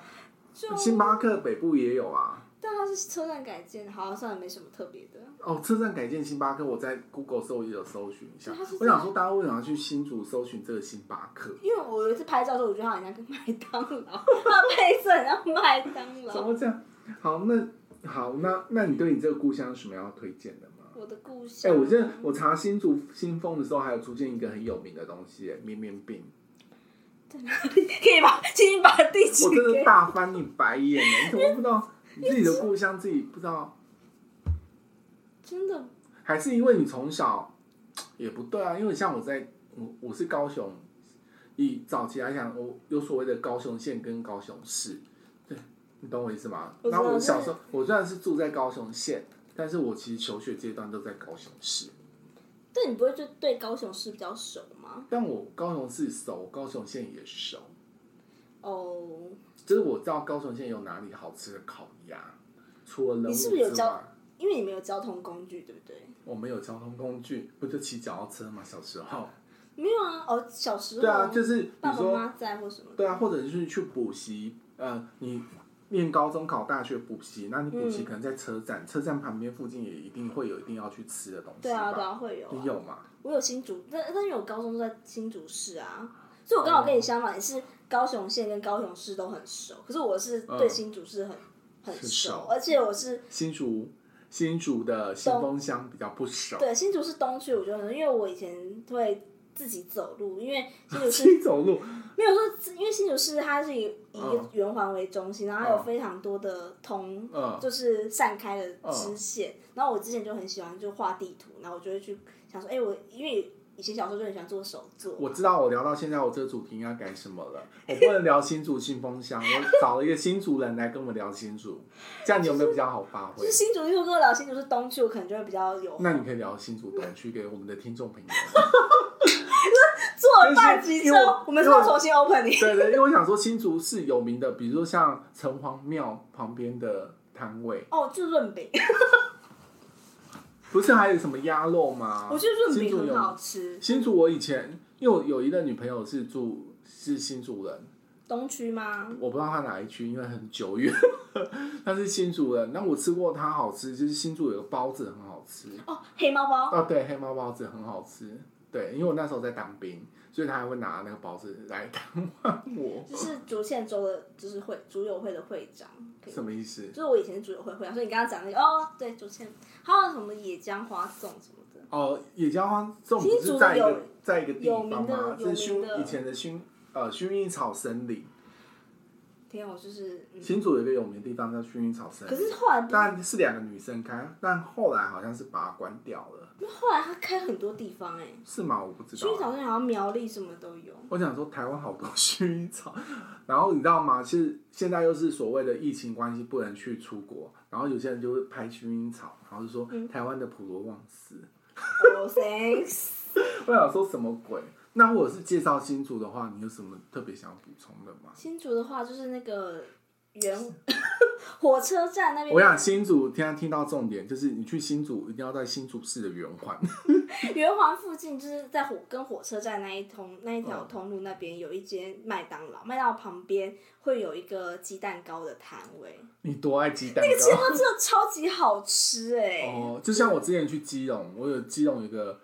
Speaker 3: 就
Speaker 2: 星巴克北部也有啊。
Speaker 3: 但它是车站改建，好像算了，没什么特别的。
Speaker 2: 哦，车站改建星巴克，我在 Google 搜也有搜寻一下
Speaker 3: 对它是。
Speaker 2: 我想说，大家为什么要去新竹搜寻这个星巴克？
Speaker 3: 因为我有一次拍照的时候，我觉得它很像跟麦当劳， [LAUGHS] 它的配色很像麦当
Speaker 2: 怎
Speaker 3: 劳。
Speaker 2: 么这样？好，那好，那那你对你这个故乡有什么要推荐的吗？
Speaker 3: 我的故事。
Speaker 2: 哎、我记得我查新竹新风的时候，还有出现一个很有名的东西，欸绵绵病。
Speaker 3: [LAUGHS] 可以把，请你把地址
Speaker 2: 我真的
Speaker 3: 给。
Speaker 2: 大翻你白眼呢！你怎么不知道你自己的故乡自己不知道？
Speaker 3: 真的
Speaker 2: 还是因为你从小也不对啊？因为像我在我我是高雄，以早期来讲，我有所谓的高雄县跟高雄市，对你懂我意思吗？
Speaker 3: 我知
Speaker 2: 那
Speaker 3: 道
Speaker 2: 我
Speaker 3: 就是
Speaker 2: 小时候，我虽然是住在高雄县，但是我其实求学阶段都在高雄市。
Speaker 3: 但你不会就对高雄市比较熟吗？
Speaker 2: 但我高雄市熟，高雄县也熟，
Speaker 3: 哦，
Speaker 2: 就是我知道高雄县有哪里好吃的烤鸭，除了冷
Speaker 3: 你
Speaker 2: 卤
Speaker 3: 是不是有
Speaker 2: 之
Speaker 3: 交
Speaker 2: 外。
Speaker 3: 因为你没有交通工具，对不对？
Speaker 2: 我们有交通工具，不就骑脚踏车嘛？小时候，
Speaker 3: 没有啊，哦，小时候
Speaker 2: 对啊，就是比
Speaker 3: 哦爸
Speaker 2: 如
Speaker 3: 爸
Speaker 2: 说
Speaker 3: 妈妈在或什么的。
Speaker 2: 对啊，或者是去补习，呃，你念高中考大学补习，那你补习
Speaker 3: 嗯
Speaker 2: 可能在车站，车站旁边附近也一定会有一定要去吃的东西
Speaker 3: 对
Speaker 2: 吧？
Speaker 3: 啊，对啊，会有、啊。
Speaker 2: 你有吗？
Speaker 3: 我有新竹，但但是我高中都在新竹市啊，所以我刚好跟你相反，你是高雄县跟高雄市都很熟，可是我是对
Speaker 2: 嗯
Speaker 3: 新竹市很、很
Speaker 2: 很
Speaker 3: 熟，
Speaker 2: 熟
Speaker 3: 而且我是
Speaker 2: 新竹新竹的新丰乡比较不熟， [LAUGHS]
Speaker 3: 对新竹市东区，我觉得很熟，因为我以前会自己走路，因为新竹市
Speaker 2: [LAUGHS] 新走路
Speaker 3: 没有说，因为新竹市它是以以一个
Speaker 2: 嗯
Speaker 3: 圆环为中心，然后它有
Speaker 2: 嗯
Speaker 3: 非常多的通，
Speaker 2: 嗯
Speaker 3: 就是散开的
Speaker 2: 嗯
Speaker 3: 支线。然后我之前就很喜欢就画地图，然后我就会去想说，哎、我因为以前小时候就很喜欢做手作，
Speaker 2: 我知道我聊到现在，我这个主题应该改什么了？我不能聊新竹新丰
Speaker 3: [LAUGHS]
Speaker 2: 乡，我找了一个新竹人来跟我聊新竹，这样你有没有比较好发
Speaker 3: [LAUGHS] 就
Speaker 2: 挥
Speaker 3: 是？新竹，如果跟我聊新竹是东区，我可能就会比较有
Speaker 2: 那你可以聊新竹东区给我们的听众朋友。
Speaker 3: 做了半集
Speaker 2: 就
Speaker 3: 之
Speaker 2: 是因为
Speaker 3: 后，我们是要重新 opening。
Speaker 2: 对对，因为我想说新竹是有名的，比如说像城隍庙旁边的摊位，
Speaker 3: 哦，就是润饼，
Speaker 2: 啊不是还有什么鸭肉吗？
Speaker 3: 我觉得润
Speaker 2: 新
Speaker 3: 饼
Speaker 2: 竹有
Speaker 3: 很好吃。
Speaker 2: 新竹我以前因为我有一任女朋友是住是新竹人，
Speaker 3: 东区吗？
Speaker 2: 我不知道她哪一区，因为很久远， [LAUGHS] 她是新竹人。那我吃过她好吃，就是新竹有个包子很好吃，
Speaker 3: 哦，黑猫包，
Speaker 2: 哦对，黑猫包子很好吃。对，因为我那时候在当兵，所以她还会拿那个包子来当我。
Speaker 3: 就是竹堑州的，就是会竹友会的会长。可以
Speaker 2: 什么意思？
Speaker 3: 就是我以前是主友会会长，所以你刚刚讲那个哦，对，竹签，还有什么野姜花粽什么的，
Speaker 2: 哦，野姜花这种
Speaker 3: 新
Speaker 2: 不
Speaker 3: 竹
Speaker 2: 是在一
Speaker 3: 有
Speaker 2: 个在一个地
Speaker 3: 有
Speaker 2: 方
Speaker 3: 名的
Speaker 2: 吗？
Speaker 3: 有
Speaker 2: 是
Speaker 3: 名
Speaker 2: 薰
Speaker 3: 的
Speaker 2: 以前的薰呃薰衣草森林，
Speaker 3: 天啊，我就是，嗯、
Speaker 2: 新竹有一个有名的地方叫薰衣草森
Speaker 3: 可
Speaker 2: 林，
Speaker 3: 是后来不，
Speaker 2: 但是两个女生开，但后来好像是把它关掉了，
Speaker 3: 后来他开很多地方哎、欸，
Speaker 2: 是吗？我不知
Speaker 3: 薰衣
Speaker 2: 道
Speaker 3: 草
Speaker 2: 啊。
Speaker 3: 镇好像苗栗什么都有，
Speaker 2: 我想说台湾好多 [LAUGHS] 薰衣草，然后你知道吗？其实现在又是所谓的疫情关系不能去出国，然后有些人就会拍薰衣草，然后就说
Speaker 3: 嗯
Speaker 2: 台湾的普罗旺斯。
Speaker 3: 哦 thanks，
Speaker 2: 我想说什么鬼？那我是介绍新竹的话，你有什么特别想要补充的吗？
Speaker 3: 新竹的话就是那个原火车站那边，
Speaker 2: 我想新竹，现在听到重点就是，你去新竹一定要在新竹市的圆环。
Speaker 3: 圆环附近就是在火跟火车站那一通那一
Speaker 2: 嗯
Speaker 3: 条通路那边有一间麦当劳，麦当劳旁边会有一个鸡蛋糕的摊位，
Speaker 2: 你多爱鸡蛋
Speaker 3: 那个鸡蛋
Speaker 2: 糕
Speaker 3: 糕真的超级好吃哎、
Speaker 2: 哦！就像我之前去基隆，我有基隆有一个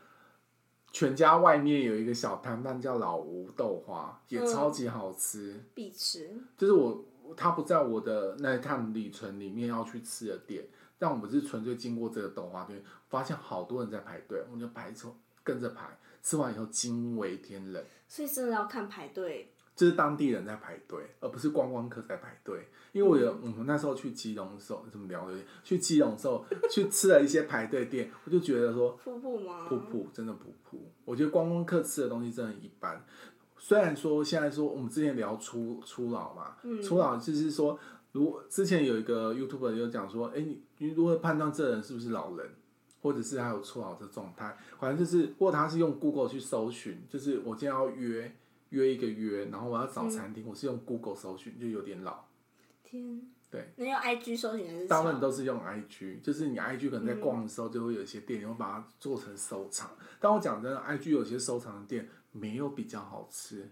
Speaker 2: 全家外面有一个小摊贩叫老吴豆花，也
Speaker 3: 嗯
Speaker 2: 超级好吃。
Speaker 3: 必吃。
Speaker 2: 就是我它不在我的那一趟里程里面要去吃的店，但我们是纯粹经过这个豆花店，发现好多人在排队，我们就排着跟着排，吃完以后惊为天人。
Speaker 3: 所以真的要看排队，
Speaker 2: 就是当地人在排队，而不是观光客在排队。因为我有我们那时候去基隆的时候，怎么聊的有点？去基隆的时候去吃了一些排队店，我就觉得说
Speaker 3: 瀑布吗？
Speaker 2: 普普真的普普。我觉得观光客吃的东西真的一般。虽然说现在说我们之前聊初初老嘛，
Speaker 3: 嗯
Speaker 2: 初老就是说，如果之前有一个 YouTuber 有讲说，哎、你你如何判断这人是不是老人，或者是他有初老的状态？反正就是，或者他是用 Google 去搜寻，就是我今天要约约一个约，然后我要
Speaker 3: 嗯
Speaker 2: 找餐厅，我是用 Google 搜寻，就有点老。
Speaker 3: 天，
Speaker 2: 对，
Speaker 3: 能用 IG 搜寻还是
Speaker 2: 大部分
Speaker 3: 什么
Speaker 2: 都是用 IG，就是你 IG 可能在逛的时候就会有一些店，然后把它做成收藏。但我讲真的，IG 有些收藏的店没有比较好吃，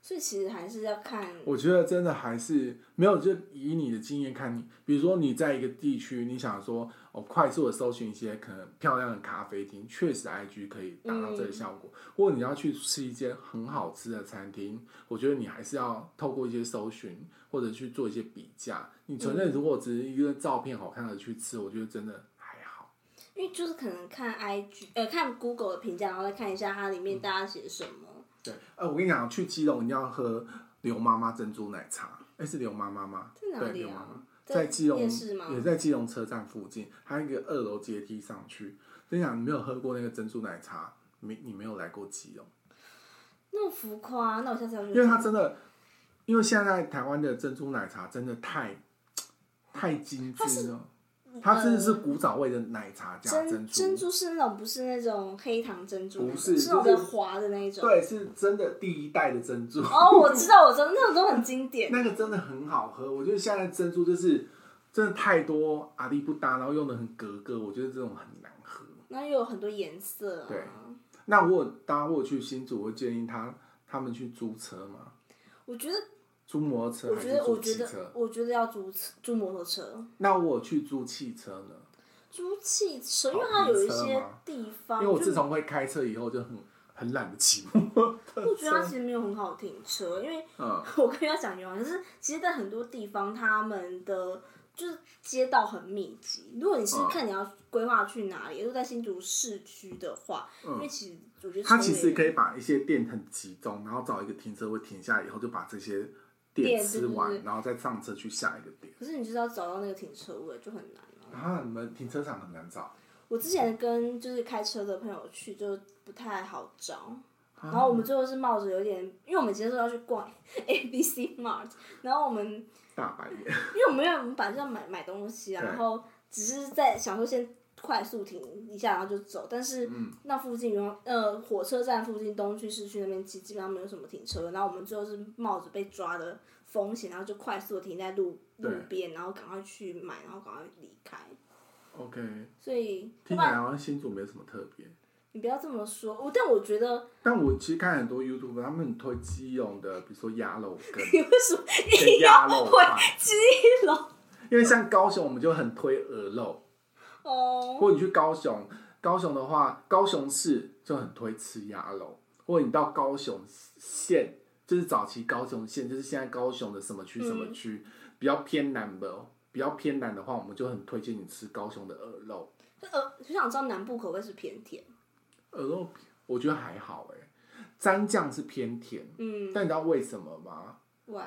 Speaker 3: 所以其实还是要看，
Speaker 2: 我觉得真的还是没有，就以你的经验看你，比如说你在一个地区，你想说哦，快速的搜寻一些可能漂亮的咖啡厅，确实 IG 可以达到这个效果。或者你要去吃一间很好吃的餐厅，我觉得你还是要透过一些搜寻或者去做一些比价。你纯粹如果只是一个照片好看的去吃，我觉得真的还好。
Speaker 3: 因为就是可能看 IG 呃看 Google 的评价，然后再看一下它里
Speaker 2: 嗯
Speaker 3: 面大家写什么。
Speaker 2: 对，呃，我跟你讲，去基隆一定要喝刘妈妈珍珠奶茶，哎，是刘妈妈吗？
Speaker 3: 在哪
Speaker 2: 对，
Speaker 3: 里
Speaker 2: 刘妈妈
Speaker 3: 啊？
Speaker 2: 在基隆
Speaker 3: 夜市吗？
Speaker 2: 也在基隆车站附近，还有一个二楼阶梯上去。跟你讲，你没有喝过那个珍珠奶茶，没你没有来过基隆，
Speaker 3: 那么浮夸，那我下次要去。
Speaker 2: 因为它真的，因为现在台湾的珍珠奶茶真的太太精致了，它真的是古早味的奶茶加
Speaker 3: 呃珍珍珠是那种不是那种黑糖珍珠那种，
Speaker 2: 不是
Speaker 3: 是那
Speaker 2: 就是
Speaker 3: 种滑的那一种。
Speaker 2: 对，是真的第一代的珍珠。
Speaker 3: 哦，我知道，我知道，那种都很经典。
Speaker 2: 那个真的很好喝，我觉得现在珍珠就是真的太多阿力不搭，然后用的很格格，我觉得这种很难喝。
Speaker 3: 那又有很多颜色啊。
Speaker 2: 对那如果大家如果去新竹，我建议他他们去租车嘛，
Speaker 3: 我觉得，
Speaker 2: 租摩托车
Speaker 3: 我
Speaker 2: 还
Speaker 3: 觉
Speaker 2: 是
Speaker 3: 得，我
Speaker 2: 租
Speaker 3: 觉
Speaker 2: 汽车
Speaker 3: 得，？我觉得要租车租摩托车，
Speaker 2: 那我有去租汽车呢，
Speaker 3: 租汽车，因
Speaker 2: 好
Speaker 3: 为它有
Speaker 2: 骑
Speaker 3: 一
Speaker 2: 车
Speaker 3: 些
Speaker 2: 吗
Speaker 3: 地
Speaker 2: 因
Speaker 3: 方，
Speaker 2: 为我自
Speaker 3: 就
Speaker 2: 从会开车以后就很很懒得骑摩
Speaker 3: 我
Speaker 2: 呃
Speaker 3: 觉得它其实没有很好停车，因为
Speaker 2: 嗯，
Speaker 3: [LAUGHS] 我跟要讲原因，就是其实在很多地方，他们的就是街道很密集。如果你是
Speaker 2: 嗯
Speaker 3: 看你要规划去哪里，如果在新竹市区的话，因为其实我觉得
Speaker 2: 嗯他其实可
Speaker 3: 以
Speaker 2: 以把一些店很集中，然后找一个停车位停下以后，就把这些店
Speaker 3: 店
Speaker 2: 吃
Speaker 3: 对对
Speaker 2: 完，
Speaker 3: 对
Speaker 2: 然后再上车去下一个点。
Speaker 3: 可是你就是要找到那个停车位就很难了、
Speaker 2: 啊，你们停车场很难找，
Speaker 3: 我之前跟就是开车的朋友去，就不太好找。然后我
Speaker 2: 啊
Speaker 3: 们最后是冒着有点，因为我们今天说要去逛 [LAUGHS] A B C Mart，然后我们
Speaker 2: 大白眼。
Speaker 3: 因为我们要我们本来就要买买东西啊，
Speaker 2: 对
Speaker 3: 然后只是在想说先快速停一下，然后就走。但是
Speaker 2: 嗯
Speaker 3: 那附近原呃火车站附近东区市区那边基基本上没有什么停车位，然后我们最后是冒着被抓的风险，然后就快速的停在路路
Speaker 2: 对
Speaker 3: 边，然后赶快去买，然后赶快离开。 [LAUGHS]
Speaker 2: OK，
Speaker 3: 所以，要
Speaker 2: 听
Speaker 3: 不
Speaker 2: 起来
Speaker 3: 然
Speaker 2: 好像新竹没有什么特别，
Speaker 3: 你不要这么说，我但我觉得
Speaker 2: 但我其实看很多 YouTube，他们很推基隆的，比如说鸭肉羹啊
Speaker 3: 你为什么
Speaker 2: 跟鸭肉饭。
Speaker 3: 基隆
Speaker 2: 因为像高雄，我们就很推鹅肉，
Speaker 3: 哦？
Speaker 2: 或者你去高雄，高雄的话，高雄市就很推吃鸭肉，或者你到高雄县，就是早期高雄县，就是现在高雄的什么区什么区，比较偏南的，哦比较偏南的话，我们就很推荐你吃高雄的鹅肉，
Speaker 3: 呃，就想知道南部口味是偏甜，
Speaker 2: 鹅肉我觉得还好哎、蘸酱是偏甜，
Speaker 3: 嗯
Speaker 2: 但你知道为什么吗？
Speaker 3: ，why？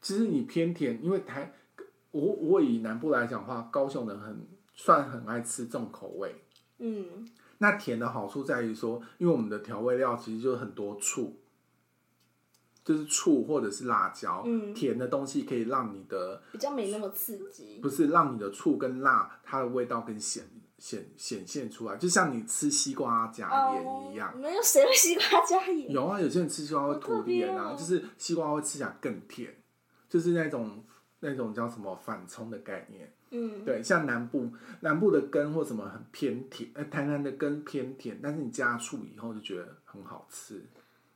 Speaker 2: 其实你偏甜，因为台我我以南部来讲的话，高雄人很算很爱吃重口味。
Speaker 3: 嗯，
Speaker 2: 那甜的好处在于说，因为我们的调味料其实就很多醋，就是醋或者是辣椒，
Speaker 3: 嗯
Speaker 2: 甜的东西可以让你的
Speaker 3: 比较没那么刺激。
Speaker 2: 不是让你的醋跟辣它的味道更显显显现出来，就像你吃西瓜加盐一样。
Speaker 3: 哦、没有谁会西瓜加盐，
Speaker 2: 有啊，有些人吃西瓜会
Speaker 3: 好
Speaker 2: 吐
Speaker 3: 特别
Speaker 2: 盐啊，
Speaker 3: 哦
Speaker 2: 就是西瓜会吃起来更甜，就是那种那种叫什么反冲的概念。
Speaker 3: 嗯，
Speaker 2: 对，像南部南部的根或什么很偏甜，呃，台南的根偏甜，但是你加醋以后就觉得很好吃，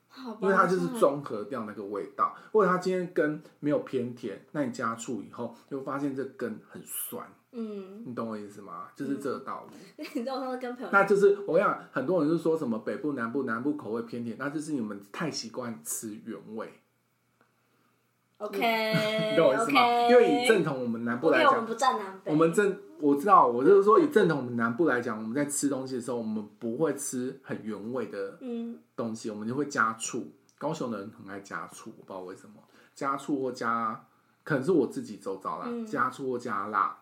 Speaker 3: 好吧，
Speaker 2: 因为它就是
Speaker 3: 那
Speaker 2: 综合掉那个味道。或者它今天根没有偏甜，那你加醋以后就会发现这根很酸，
Speaker 3: 嗯， [LAUGHS]
Speaker 2: 你懂我意思吗？就是这个道理。
Speaker 3: 你知道我上次跟朋友，
Speaker 2: 那就是我跟你讲，很多人就说什么北部、南部、南部口味偏甜，那就是你们太习惯吃原味，
Speaker 3: OK，
Speaker 2: 你懂我意思吗
Speaker 3: 哎 OK
Speaker 2: 因为以正统我们南部来
Speaker 3: OK，我
Speaker 2: 讲
Speaker 3: 们，不站南北，
Speaker 2: 我们正我知道，我就是说以正统的南部来讲，我们在吃东西的时候，我们不会吃很原味的
Speaker 3: 嗯，
Speaker 2: 东西，我们就会加醋。高雄的人很爱加醋，我不知道为什么，加醋或加，可能是我自己周遭啦，
Speaker 3: 嗯
Speaker 2: 加醋或加辣，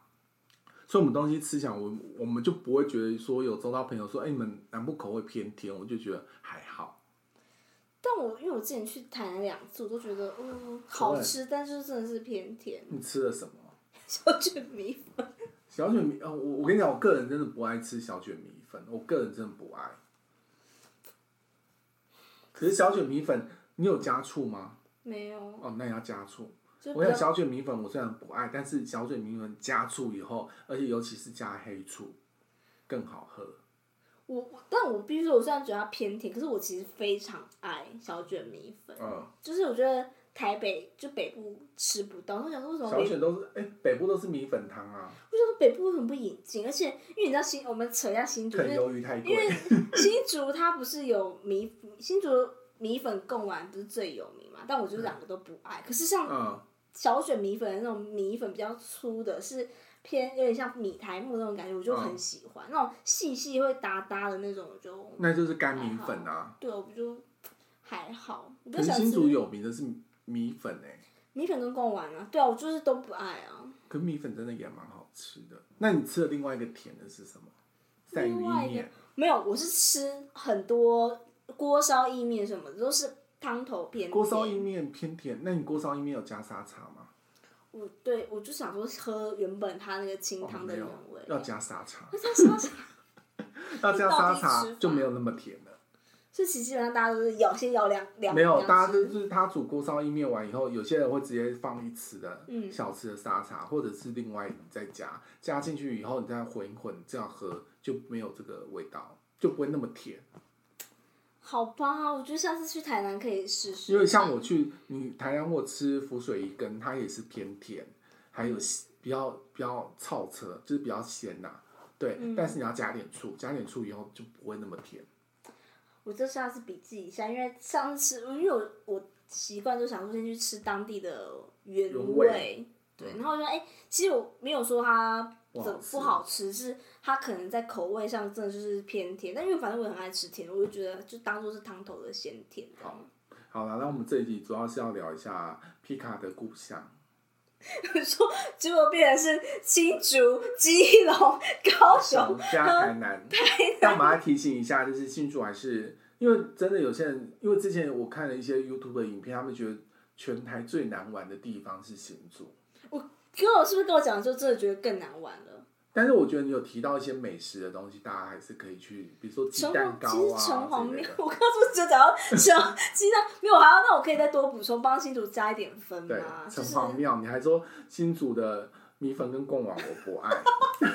Speaker 2: 所以我们东西吃起来，我我们就不会觉得说有周遭朋友说，哎、你们南部口味偏甜，我就觉得还好。
Speaker 3: 但我因为我之前去台南两次，我都觉得嗯好吃，但是真的是偏甜，
Speaker 2: 你吃了什么？
Speaker 3: 小卷米粉，
Speaker 2: 小卷米，呃，我我跟你讲，我个人真的不爱吃小卷米粉，我个人真的不爱。可是小卷米粉，你有加醋吗？
Speaker 3: 没有，
Speaker 2: 哦，那也要加醋。
Speaker 3: 就比
Speaker 2: 我想
Speaker 3: 较
Speaker 2: 小卷米粉，我虽然不爱，但是小卷米粉加醋以后，而且尤其是加黑醋，更好喝。
Speaker 3: 我我但我必须说，我虽然觉得它偏甜，可是我其实非常爱小卷米粉，
Speaker 2: 嗯，
Speaker 3: 就是我觉得台北就北部吃不到，我想说为什么
Speaker 2: 小
Speaker 3: 北
Speaker 2: 卷都是哎、北部都是米粉汤啊，
Speaker 3: 我想说北部为什么不引进？而且因为你知道新，我们扯一下新竹，
Speaker 2: 可
Speaker 3: 就
Speaker 2: 能
Speaker 3: 是
Speaker 2: 鱿鱼太
Speaker 3: 因为
Speaker 2: 贵，
Speaker 3: 新竹它不是有米新竹米粉贡丸不是最有名嘛？但我就是两个都不爱。可是像
Speaker 2: 嗯
Speaker 3: 小卷米粉的那种米粉比较粗的，是偏有点像米苔木那种感觉，我就很喜欢。那种细细会哒哒的那种，我就
Speaker 2: 嗯那就是干米粉啊。
Speaker 3: 对，我不就还好。我比
Speaker 2: 可是
Speaker 3: 较喜欢
Speaker 2: 新竹
Speaker 3: 吃
Speaker 2: 有名的是米粉哎、
Speaker 3: 米粉跟贡丸啊，对啊，我就是都不爱啊。
Speaker 2: 可米粉真的也蛮好吃的。那你吃的另外一个甜的是什么？鳝
Speaker 3: 另外
Speaker 2: 鱼意
Speaker 3: 一个
Speaker 2: 面，
Speaker 3: 没有，我是吃很多锅烧意面什么的，都是汤头偏
Speaker 2: 锅烧意
Speaker 3: 甜
Speaker 2: 面偏甜。那你锅烧意面有加沙茶吗？
Speaker 3: 我对我就想说喝原本它那个清
Speaker 2: 哦
Speaker 3: 汤的
Speaker 2: 没
Speaker 3: 原
Speaker 2: 有
Speaker 3: 味，，
Speaker 2: 要加沙
Speaker 3: [LAUGHS]
Speaker 2: 茶，
Speaker 3: 那这样是要
Speaker 2: 要加沙
Speaker 3: 到底吃
Speaker 2: 茶
Speaker 3: 法
Speaker 2: 就没有那么甜了。
Speaker 3: 是其实基本上大家都是舀先舀两两
Speaker 2: 没有，
Speaker 3: 两
Speaker 2: 大家就
Speaker 3: 只
Speaker 2: 是他煮锅烧意面完以后，有些人会直接放一匙的
Speaker 3: 嗯
Speaker 2: 小匙的沙茶，或者是另外你再加加进去以后，你再混一混，这样喝就没有这个味道，就不会那么甜。
Speaker 3: 好吧，我觉得下次去台南可以试试。
Speaker 2: 因为像我去你台南，我吃浮水鱼羹，它也是偏甜，还
Speaker 3: 嗯
Speaker 2: 有咸比较比较超车，就是比较鲜呐、对，
Speaker 3: 嗯
Speaker 2: 但是你要加点醋，加点醋以后就不会那么甜。
Speaker 3: 我这下次笔记一下，因为上次因为我我习惯就想说先去吃当地的原
Speaker 2: 原
Speaker 3: 味，
Speaker 2: 味嗯
Speaker 3: 对，然后我就说哎、其实我没有说它
Speaker 2: 不好
Speaker 3: 怎么
Speaker 2: 吃
Speaker 3: 不好吃，是它可能在口味上真的就是偏甜，但因为反正我也很爱吃甜，我就觉得就当做是汤头的鲜甜这样。
Speaker 2: 好了，那我们这一集主要是要聊一下皮卡的故
Speaker 3: [LAUGHS]
Speaker 2: 乡。
Speaker 3: 说
Speaker 2: [LAUGHS]
Speaker 3: 结果变成是新竹、基隆、高雄，
Speaker 2: 加台南，但我们还提醒一下，就是新竹还是因为真的有些人，因为之前我看了一些 YouTube 的影片，他们觉得全台最难玩的地方是新竹。
Speaker 3: 跟我是不是跟我讲的时候，真的觉得更难玩了？
Speaker 2: 但是我觉得你有提到一些美食的东西，大家还是可以去，比如说鸡
Speaker 3: 城
Speaker 2: 蛋
Speaker 3: 隍
Speaker 2: 糕
Speaker 3: 其实城
Speaker 2: 啊
Speaker 3: 隍
Speaker 2: 之类
Speaker 3: 庙，
Speaker 2: 的。
Speaker 3: 我刚刚是只讲到城，其实没有，还要那我可以再多补充，帮新竹加一点分
Speaker 2: 对
Speaker 3: 嘛，？啊就
Speaker 2: 城
Speaker 3: 是
Speaker 2: 隍庙，你还说新竹的米粉跟贡丸我不
Speaker 3: [LAUGHS]
Speaker 2: 爱，
Speaker 3: 城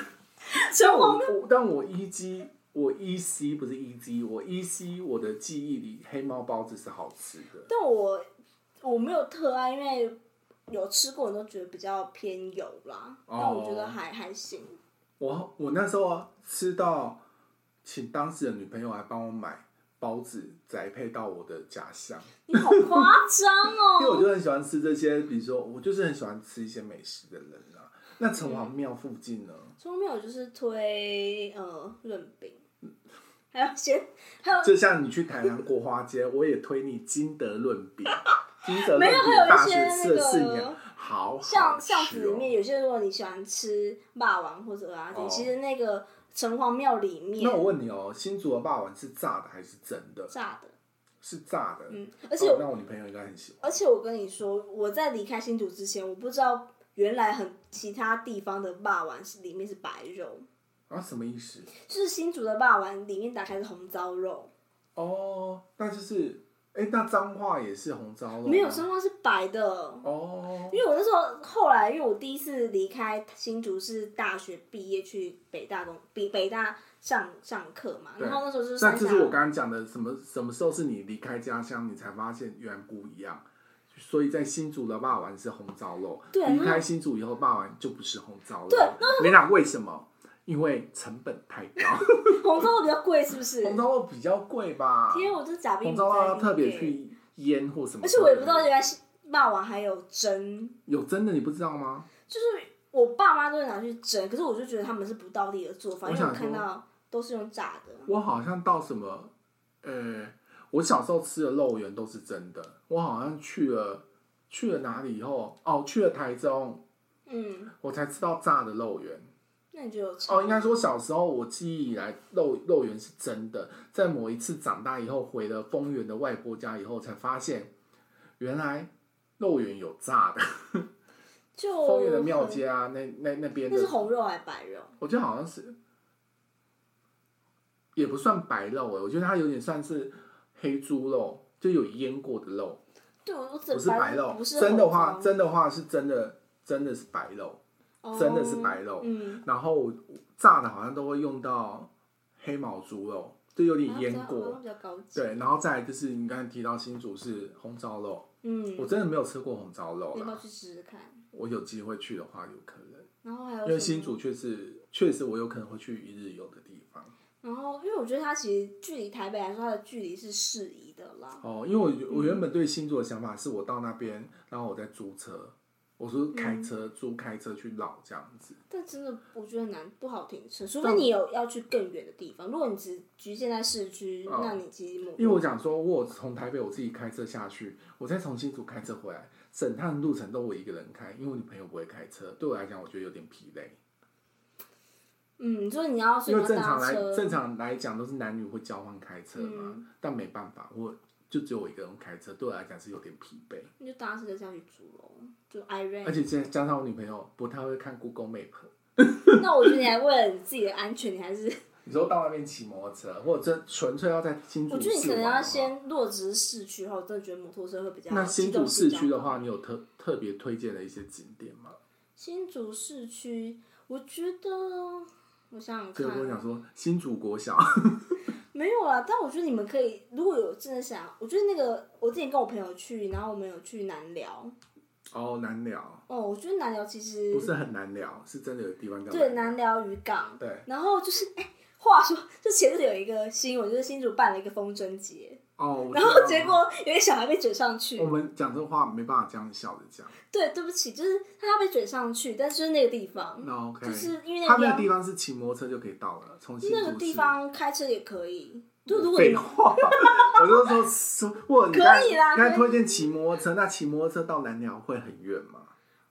Speaker 2: 但
Speaker 3: 隍
Speaker 2: 我我但我依基我依稀不是依基，我依稀我的记忆里黑猫包子是好吃的。
Speaker 3: 但我我没有特爱，因为有吃过，我都觉得比较偏油啦。
Speaker 2: 哦
Speaker 3: 但我觉得还还行。
Speaker 2: 我我那时候啊吃到，请当时的女朋友来帮我买包子，宅配到我的家乡，
Speaker 3: 你好夸张
Speaker 2: [LAUGHS] 因为我
Speaker 3: 哦！
Speaker 2: 就很喜欢吃这些，比如说我就是很喜欢吃一些美食的人啊。那城隍庙附近呢，
Speaker 3: 城隍庙我就是推呃润饼，还有先还有
Speaker 2: 就像你去台南国花街，我也推你金德论饼，金德论
Speaker 3: 没有还有
Speaker 2: 饼
Speaker 3: 一
Speaker 2: 大学吃
Speaker 3: 些
Speaker 2: 了
Speaker 3: 那个
Speaker 2: 四年，好好
Speaker 3: 像
Speaker 2: 吃
Speaker 3: 巷子里面
Speaker 2: 哦。
Speaker 3: 有些，如果你喜欢吃霸王或者啊，
Speaker 2: 哦
Speaker 3: 其实那个城隍庙里面
Speaker 2: 那我问你哦，新竹的霸王是炸的还是蒸的？
Speaker 3: 炸的，
Speaker 2: 是炸的，
Speaker 3: 嗯，而且
Speaker 2: 哦
Speaker 3: 我
Speaker 2: 那我女朋友应该很喜欢。
Speaker 3: 而且我跟你说，我在离开新竹之前，我不知道原来很其他地方的霸王是里面是白肉，
Speaker 2: 啊，什么意思？
Speaker 3: 就是新竹的霸王里面打开是红糟肉，
Speaker 2: 哦，那就是，哎、那脏话也是红糟肉吗，
Speaker 3: 没有生花是白的。
Speaker 2: 哦
Speaker 3: 因，为我那时候后来，因为我第一次离开新竹是大学毕业去北大工，北北大上上课嘛，
Speaker 2: 对
Speaker 3: 然后那时候就是
Speaker 2: 那
Speaker 3: 三峡
Speaker 2: 这是我刚刚讲的，什么什么时候是你离开家乡，你才发现原来不一样。所以在新竹的霸王是红糟肉，
Speaker 3: 对
Speaker 2: 离
Speaker 3: 那
Speaker 2: 开新竹以后，霸王就不是红糟肉。
Speaker 3: 对
Speaker 2: 我跟你讲为什么？因为成本太
Speaker 3: [LAUGHS]
Speaker 2: 高，
Speaker 3: 红烧肉比较贵，是不是？
Speaker 2: 红糟肉比较贵吧？
Speaker 3: 因为啊我这假币
Speaker 2: 红糟肉要啊特别，去腌或什么，
Speaker 3: 而且我也不知道原来是霸王还有蒸，
Speaker 2: 有真的你不知道吗？
Speaker 3: 就是我爸妈都会拿去蒸，可是我就觉得他们是不道地的做法，
Speaker 2: 我
Speaker 3: 因为我
Speaker 2: 想说
Speaker 3: 看到都是用炸的。
Speaker 2: 我好像到什么，呃，我小时候吃的肉圆都是真的。我好像去了去了哪里以后，哦，去了台中，
Speaker 3: 嗯，
Speaker 2: 我才吃到炸的肉圆。
Speaker 3: 那你觉得有差
Speaker 2: 哦，应该说小时候我记忆以来肉肉圆是真的，在某一次长大以后回了丰原的外婆家以后，才发现原来肉圆有炸的。
Speaker 3: 就
Speaker 2: 丰原的庙街啊，那那那边
Speaker 3: 哦那
Speaker 2: 的
Speaker 3: 是红肉还是白肉？
Speaker 2: 我觉得好像是，也不算白肉哎、我觉得它有点算是黑猪肉，就有腌过的肉，
Speaker 3: 对，我我只
Speaker 2: 不是白肉。
Speaker 3: 不是
Speaker 2: 真的话，
Speaker 3: 红烧
Speaker 2: 真的话是真的，真的是白肉，真的是白
Speaker 3: 哦
Speaker 2: 肉。
Speaker 3: 嗯，
Speaker 2: 然后炸的好像都会用到黑毛猪肉，就有点腌
Speaker 3: 好像
Speaker 2: 过。
Speaker 3: 比较高级。
Speaker 2: 对，然后再来就是你刚才提到新竹是红烧肉，
Speaker 3: 嗯，
Speaker 2: 我真的没有吃过红烧肉
Speaker 3: 你要不要
Speaker 2: 啦。
Speaker 3: 去试试看？
Speaker 2: 我有机会去的话，有可能，
Speaker 3: 然后还有
Speaker 2: 因为
Speaker 3: 什
Speaker 2: 新
Speaker 3: 么
Speaker 2: 竹确实确实我有可能会去一日游的地方。
Speaker 3: 然后，因为我觉得它其实距离台北来说，它的距离是适宜的啦。
Speaker 2: 哦，因为我我原本对新竹的想法是我到那边，然后我再租车，我说开车、租开车去绕这样子。
Speaker 3: 但真的，我觉得难，不好停车，除非
Speaker 2: 但
Speaker 3: 你有要去更远的地方。如果你只局限在市区，
Speaker 2: 哦
Speaker 3: 那你其实
Speaker 2: 因为我讲说，我有从台北我自己开车下去，我再从新竹开车回来，整趟路程都我一个人开，因为我女朋友不会开车，对我来讲我觉得有点疲累。
Speaker 3: 嗯，就是你要所
Speaker 2: 因
Speaker 3: 以
Speaker 2: 为
Speaker 3: 你要
Speaker 2: 正常
Speaker 3: 搭
Speaker 2: 来
Speaker 3: 车，
Speaker 2: 正常来讲都是男女会交换开车嘛，
Speaker 3: 嗯
Speaker 2: 但没办法，我就只有我一个人开车，对我来讲是有点疲惫，
Speaker 3: 你就搭车下去煮咯，就 i r
Speaker 2: 而
Speaker 3: e
Speaker 2: 且加加上我女朋友不太会看 Google Map，
Speaker 3: 那我觉得你还为了你自己的安全，你还是
Speaker 2: 你说到那边骑摩托车，或者这纯粹要在新
Speaker 3: 我
Speaker 2: 竹
Speaker 3: 觉得你可
Speaker 2: 市
Speaker 3: 能
Speaker 2: 玩
Speaker 3: 要
Speaker 2: 的话，
Speaker 3: 先落只是市区后，我真的觉得摩托车会比较。
Speaker 2: 那新竹市区的话，，你有特特别推荐的一些景点吗？
Speaker 3: 新竹市区，我觉得我想想
Speaker 2: 所
Speaker 3: 看啊
Speaker 2: 以，我想说，新竹国小
Speaker 3: 没有啦，但我觉得你们可以，如果有真的想，我觉得那个我之前跟我朋友去，然后我们有去南寮，
Speaker 2: 哦，难聊，
Speaker 3: 哦，我觉得南寮其实
Speaker 2: 不是很难聊，是真的有地方叫
Speaker 3: 嗯对
Speaker 2: 难
Speaker 3: 南寮渔港，
Speaker 2: 聊对
Speaker 3: 然后就是哎、话说就前日有一个新闻，就是新竹办了一个风筝节，
Speaker 2: 哦，我
Speaker 3: 然
Speaker 2: 知
Speaker 3: 后
Speaker 2: 道
Speaker 3: 结果有一个小孩被卷上去
Speaker 2: 我，们讲这话没办法这样笑着讲，
Speaker 3: 对，对不起，就是他被卷上去，但是就是那个地方，
Speaker 2: 那哦 OK，
Speaker 3: 就是因为
Speaker 2: 他
Speaker 3: 那
Speaker 2: 那个
Speaker 3: 个
Speaker 2: 地
Speaker 3: 地
Speaker 2: 方是骑摩托车就可以到了，从新
Speaker 3: 那
Speaker 2: 竹
Speaker 3: 个地
Speaker 2: 市。哦
Speaker 3: 方开车也可以，就如果你
Speaker 2: 废话， [LAUGHS] 我就说说，我你
Speaker 3: 可
Speaker 2: 刚才
Speaker 3: 以啦
Speaker 2: 刚才
Speaker 3: 可以
Speaker 2: 推荐骑摩托车，那骑摩托车到南寮会很远吗？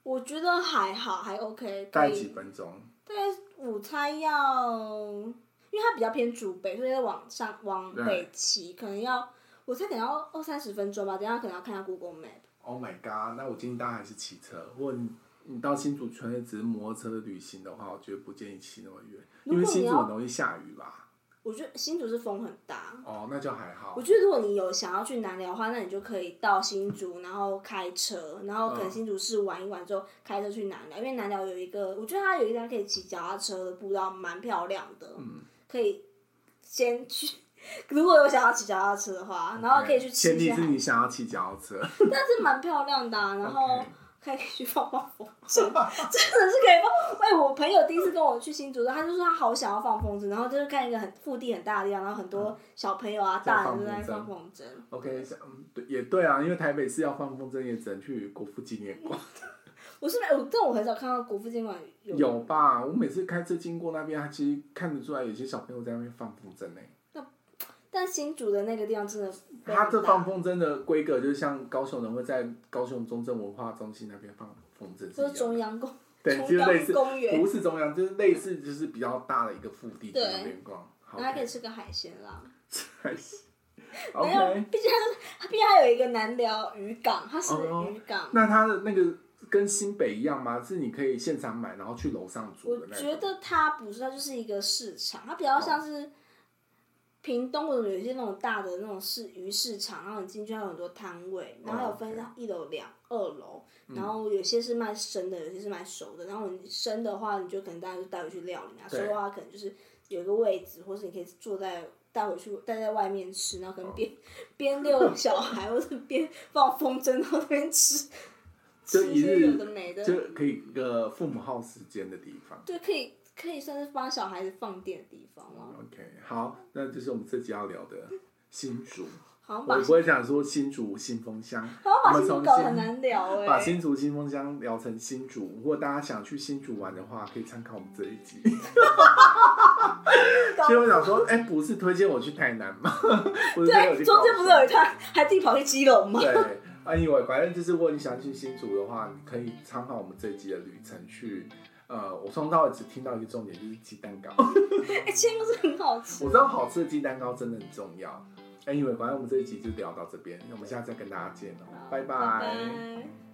Speaker 3: 我觉得还好，还 OK，
Speaker 2: 大
Speaker 3: 可
Speaker 2: 概几
Speaker 3: 以。
Speaker 2: 分钟？
Speaker 3: 大概午餐要，因为它比较偏主北，所以要往上往北骑，可能要我猜可能要二三十分钟吧。等一下可能要看一下 Google Map。
Speaker 2: Oh my god！那我建议大家还是骑车。如果你你到新竹纯粹只是摩托车的旅行的话，我觉得不建议骑那么远，
Speaker 3: 如
Speaker 2: 因
Speaker 3: 果
Speaker 2: 为
Speaker 3: 你
Speaker 2: 新竹
Speaker 3: 要
Speaker 2: 很容易下雨吧。
Speaker 3: 我觉得新竹是风很大，
Speaker 2: 哦，那就还好
Speaker 3: 我。觉得如果你有想要去南寮的话，那你就可以到新竹，然后开车，然后可能
Speaker 2: 嗯
Speaker 3: 新竹市玩一玩之后开车去南寮，因为南寮有一个，我觉得它有一段可以骑脚踏车的步道，蛮漂亮的，
Speaker 2: 嗯，
Speaker 3: 可以先去。 [LAUGHS] 如果有想要骑脚踏车的话，然后可以去
Speaker 2: OK，前
Speaker 3: 吃一
Speaker 2: 提
Speaker 3: 些
Speaker 2: 是
Speaker 3: 海
Speaker 2: 你想要骑脚踏车。
Speaker 3: 但是蛮漂亮的、啊，然后
Speaker 2: OK
Speaker 3: 可以去放放
Speaker 2: [LAUGHS]
Speaker 3: 风筝，真的是可以放。哎、我朋友第一次跟我去新竹的时候，他就说他好想要放风筝，然后就是看一个很腹地很大的地方，然后很多小朋友啊、
Speaker 2: 在
Speaker 3: 大
Speaker 2: 放
Speaker 3: 人都在
Speaker 2: 风筝
Speaker 3: 放风筝。
Speaker 2: OK，想嗯对也对啊，因为台北市要放风筝，也只能去国父纪念馆。
Speaker 3: 我是没有，但我很少看到国父纪念馆有，
Speaker 2: 有吧？我每次开车经过那边，他其实看得出来有些小朋友在那边放风筝呢、
Speaker 3: 但新竹的那个地方真的非
Speaker 2: 他
Speaker 3: 常
Speaker 2: 这
Speaker 3: 大
Speaker 2: 放风筝的规格，就像高雄人会在高雄中正文化中心那边放风筝是一
Speaker 3: 就
Speaker 2: 样
Speaker 3: 是
Speaker 2: 的，
Speaker 3: 中央公
Speaker 2: 对，
Speaker 3: 中
Speaker 2: 就是类似
Speaker 3: 央公园
Speaker 2: 不，是中央，就是类似就是比较大的一个腹地在
Speaker 3: 对
Speaker 2: 那边逛。好
Speaker 3: 然后还可以吃个海鲜啦。
Speaker 2: [LAUGHS] 开始。
Speaker 3: 没有
Speaker 2: OK，，
Speaker 3: 毕竟它毕竟它有一个南寮渔港，它是
Speaker 2: 哦
Speaker 3: 渔港。
Speaker 2: 那它的那个跟新北一样吗？是你可以现场买，然后去楼上煮
Speaker 3: 我
Speaker 2: 的那种。哦
Speaker 3: 觉得它不是，它就是一个市场，它比较像是屏东或者有一些那种大的那种市鱼市场，然后你进去它有很多摊位，然后有分
Speaker 2: 哦 OK 嗯
Speaker 3: 一楼、两二楼，然后有些是卖生的，有些是卖熟的。然后你生的话，你就可能大家就带回去料理啊；熟
Speaker 2: 对
Speaker 3: 的话，可能就是有一个位置，或是你可以坐在。带回去，带在外面吃，然后可
Speaker 2: 哦
Speaker 3: 能边边遛小孩，或者边放风筝，然后边吃，
Speaker 2: 就
Speaker 3: 吃一
Speaker 2: 一
Speaker 3: 些
Speaker 2: 日
Speaker 3: 有的没的，
Speaker 2: 就可以一个父母耗时间的地方。
Speaker 3: 对，可以可以算是帮小孩子放电的地方了。
Speaker 2: OK，好，那就是我们这集要聊的新竹。
Speaker 3: 好像把
Speaker 2: 我不会讲说新竹新风乡，
Speaker 3: 好
Speaker 2: 我
Speaker 3: 像把
Speaker 2: 们
Speaker 3: 新竹
Speaker 2: 从
Speaker 3: 搞得
Speaker 2: 新
Speaker 3: 很难聊哎、
Speaker 2: 把新竹新风乡聊成新竹。如果大家想去新竹玩的话，可以参考我们这一
Speaker 3: [LAUGHS]
Speaker 2: 集。所以我想说，哎、不是推荐我去台南吗？ [LAUGHS] 不是推荐我去
Speaker 3: 对，啊中间不是有一
Speaker 2: 一
Speaker 3: 段还自己跑去基隆吗？ [LAUGHS]
Speaker 2: 对。Anyway，反啊正就是，如果你想去新竹的话，你可以参考我们这一集的旅程去。呃，我从头到尾只听到一个重点，就是鸡蛋糕。 [LAUGHS]
Speaker 3: 哎、煎糕是很好吃
Speaker 2: 我。知道好吃的鸡蛋糕真的很重要。Anyway，反正我们这一集就聊到这边，那我们下次再跟大家见哦，拜
Speaker 3: 啊拜拜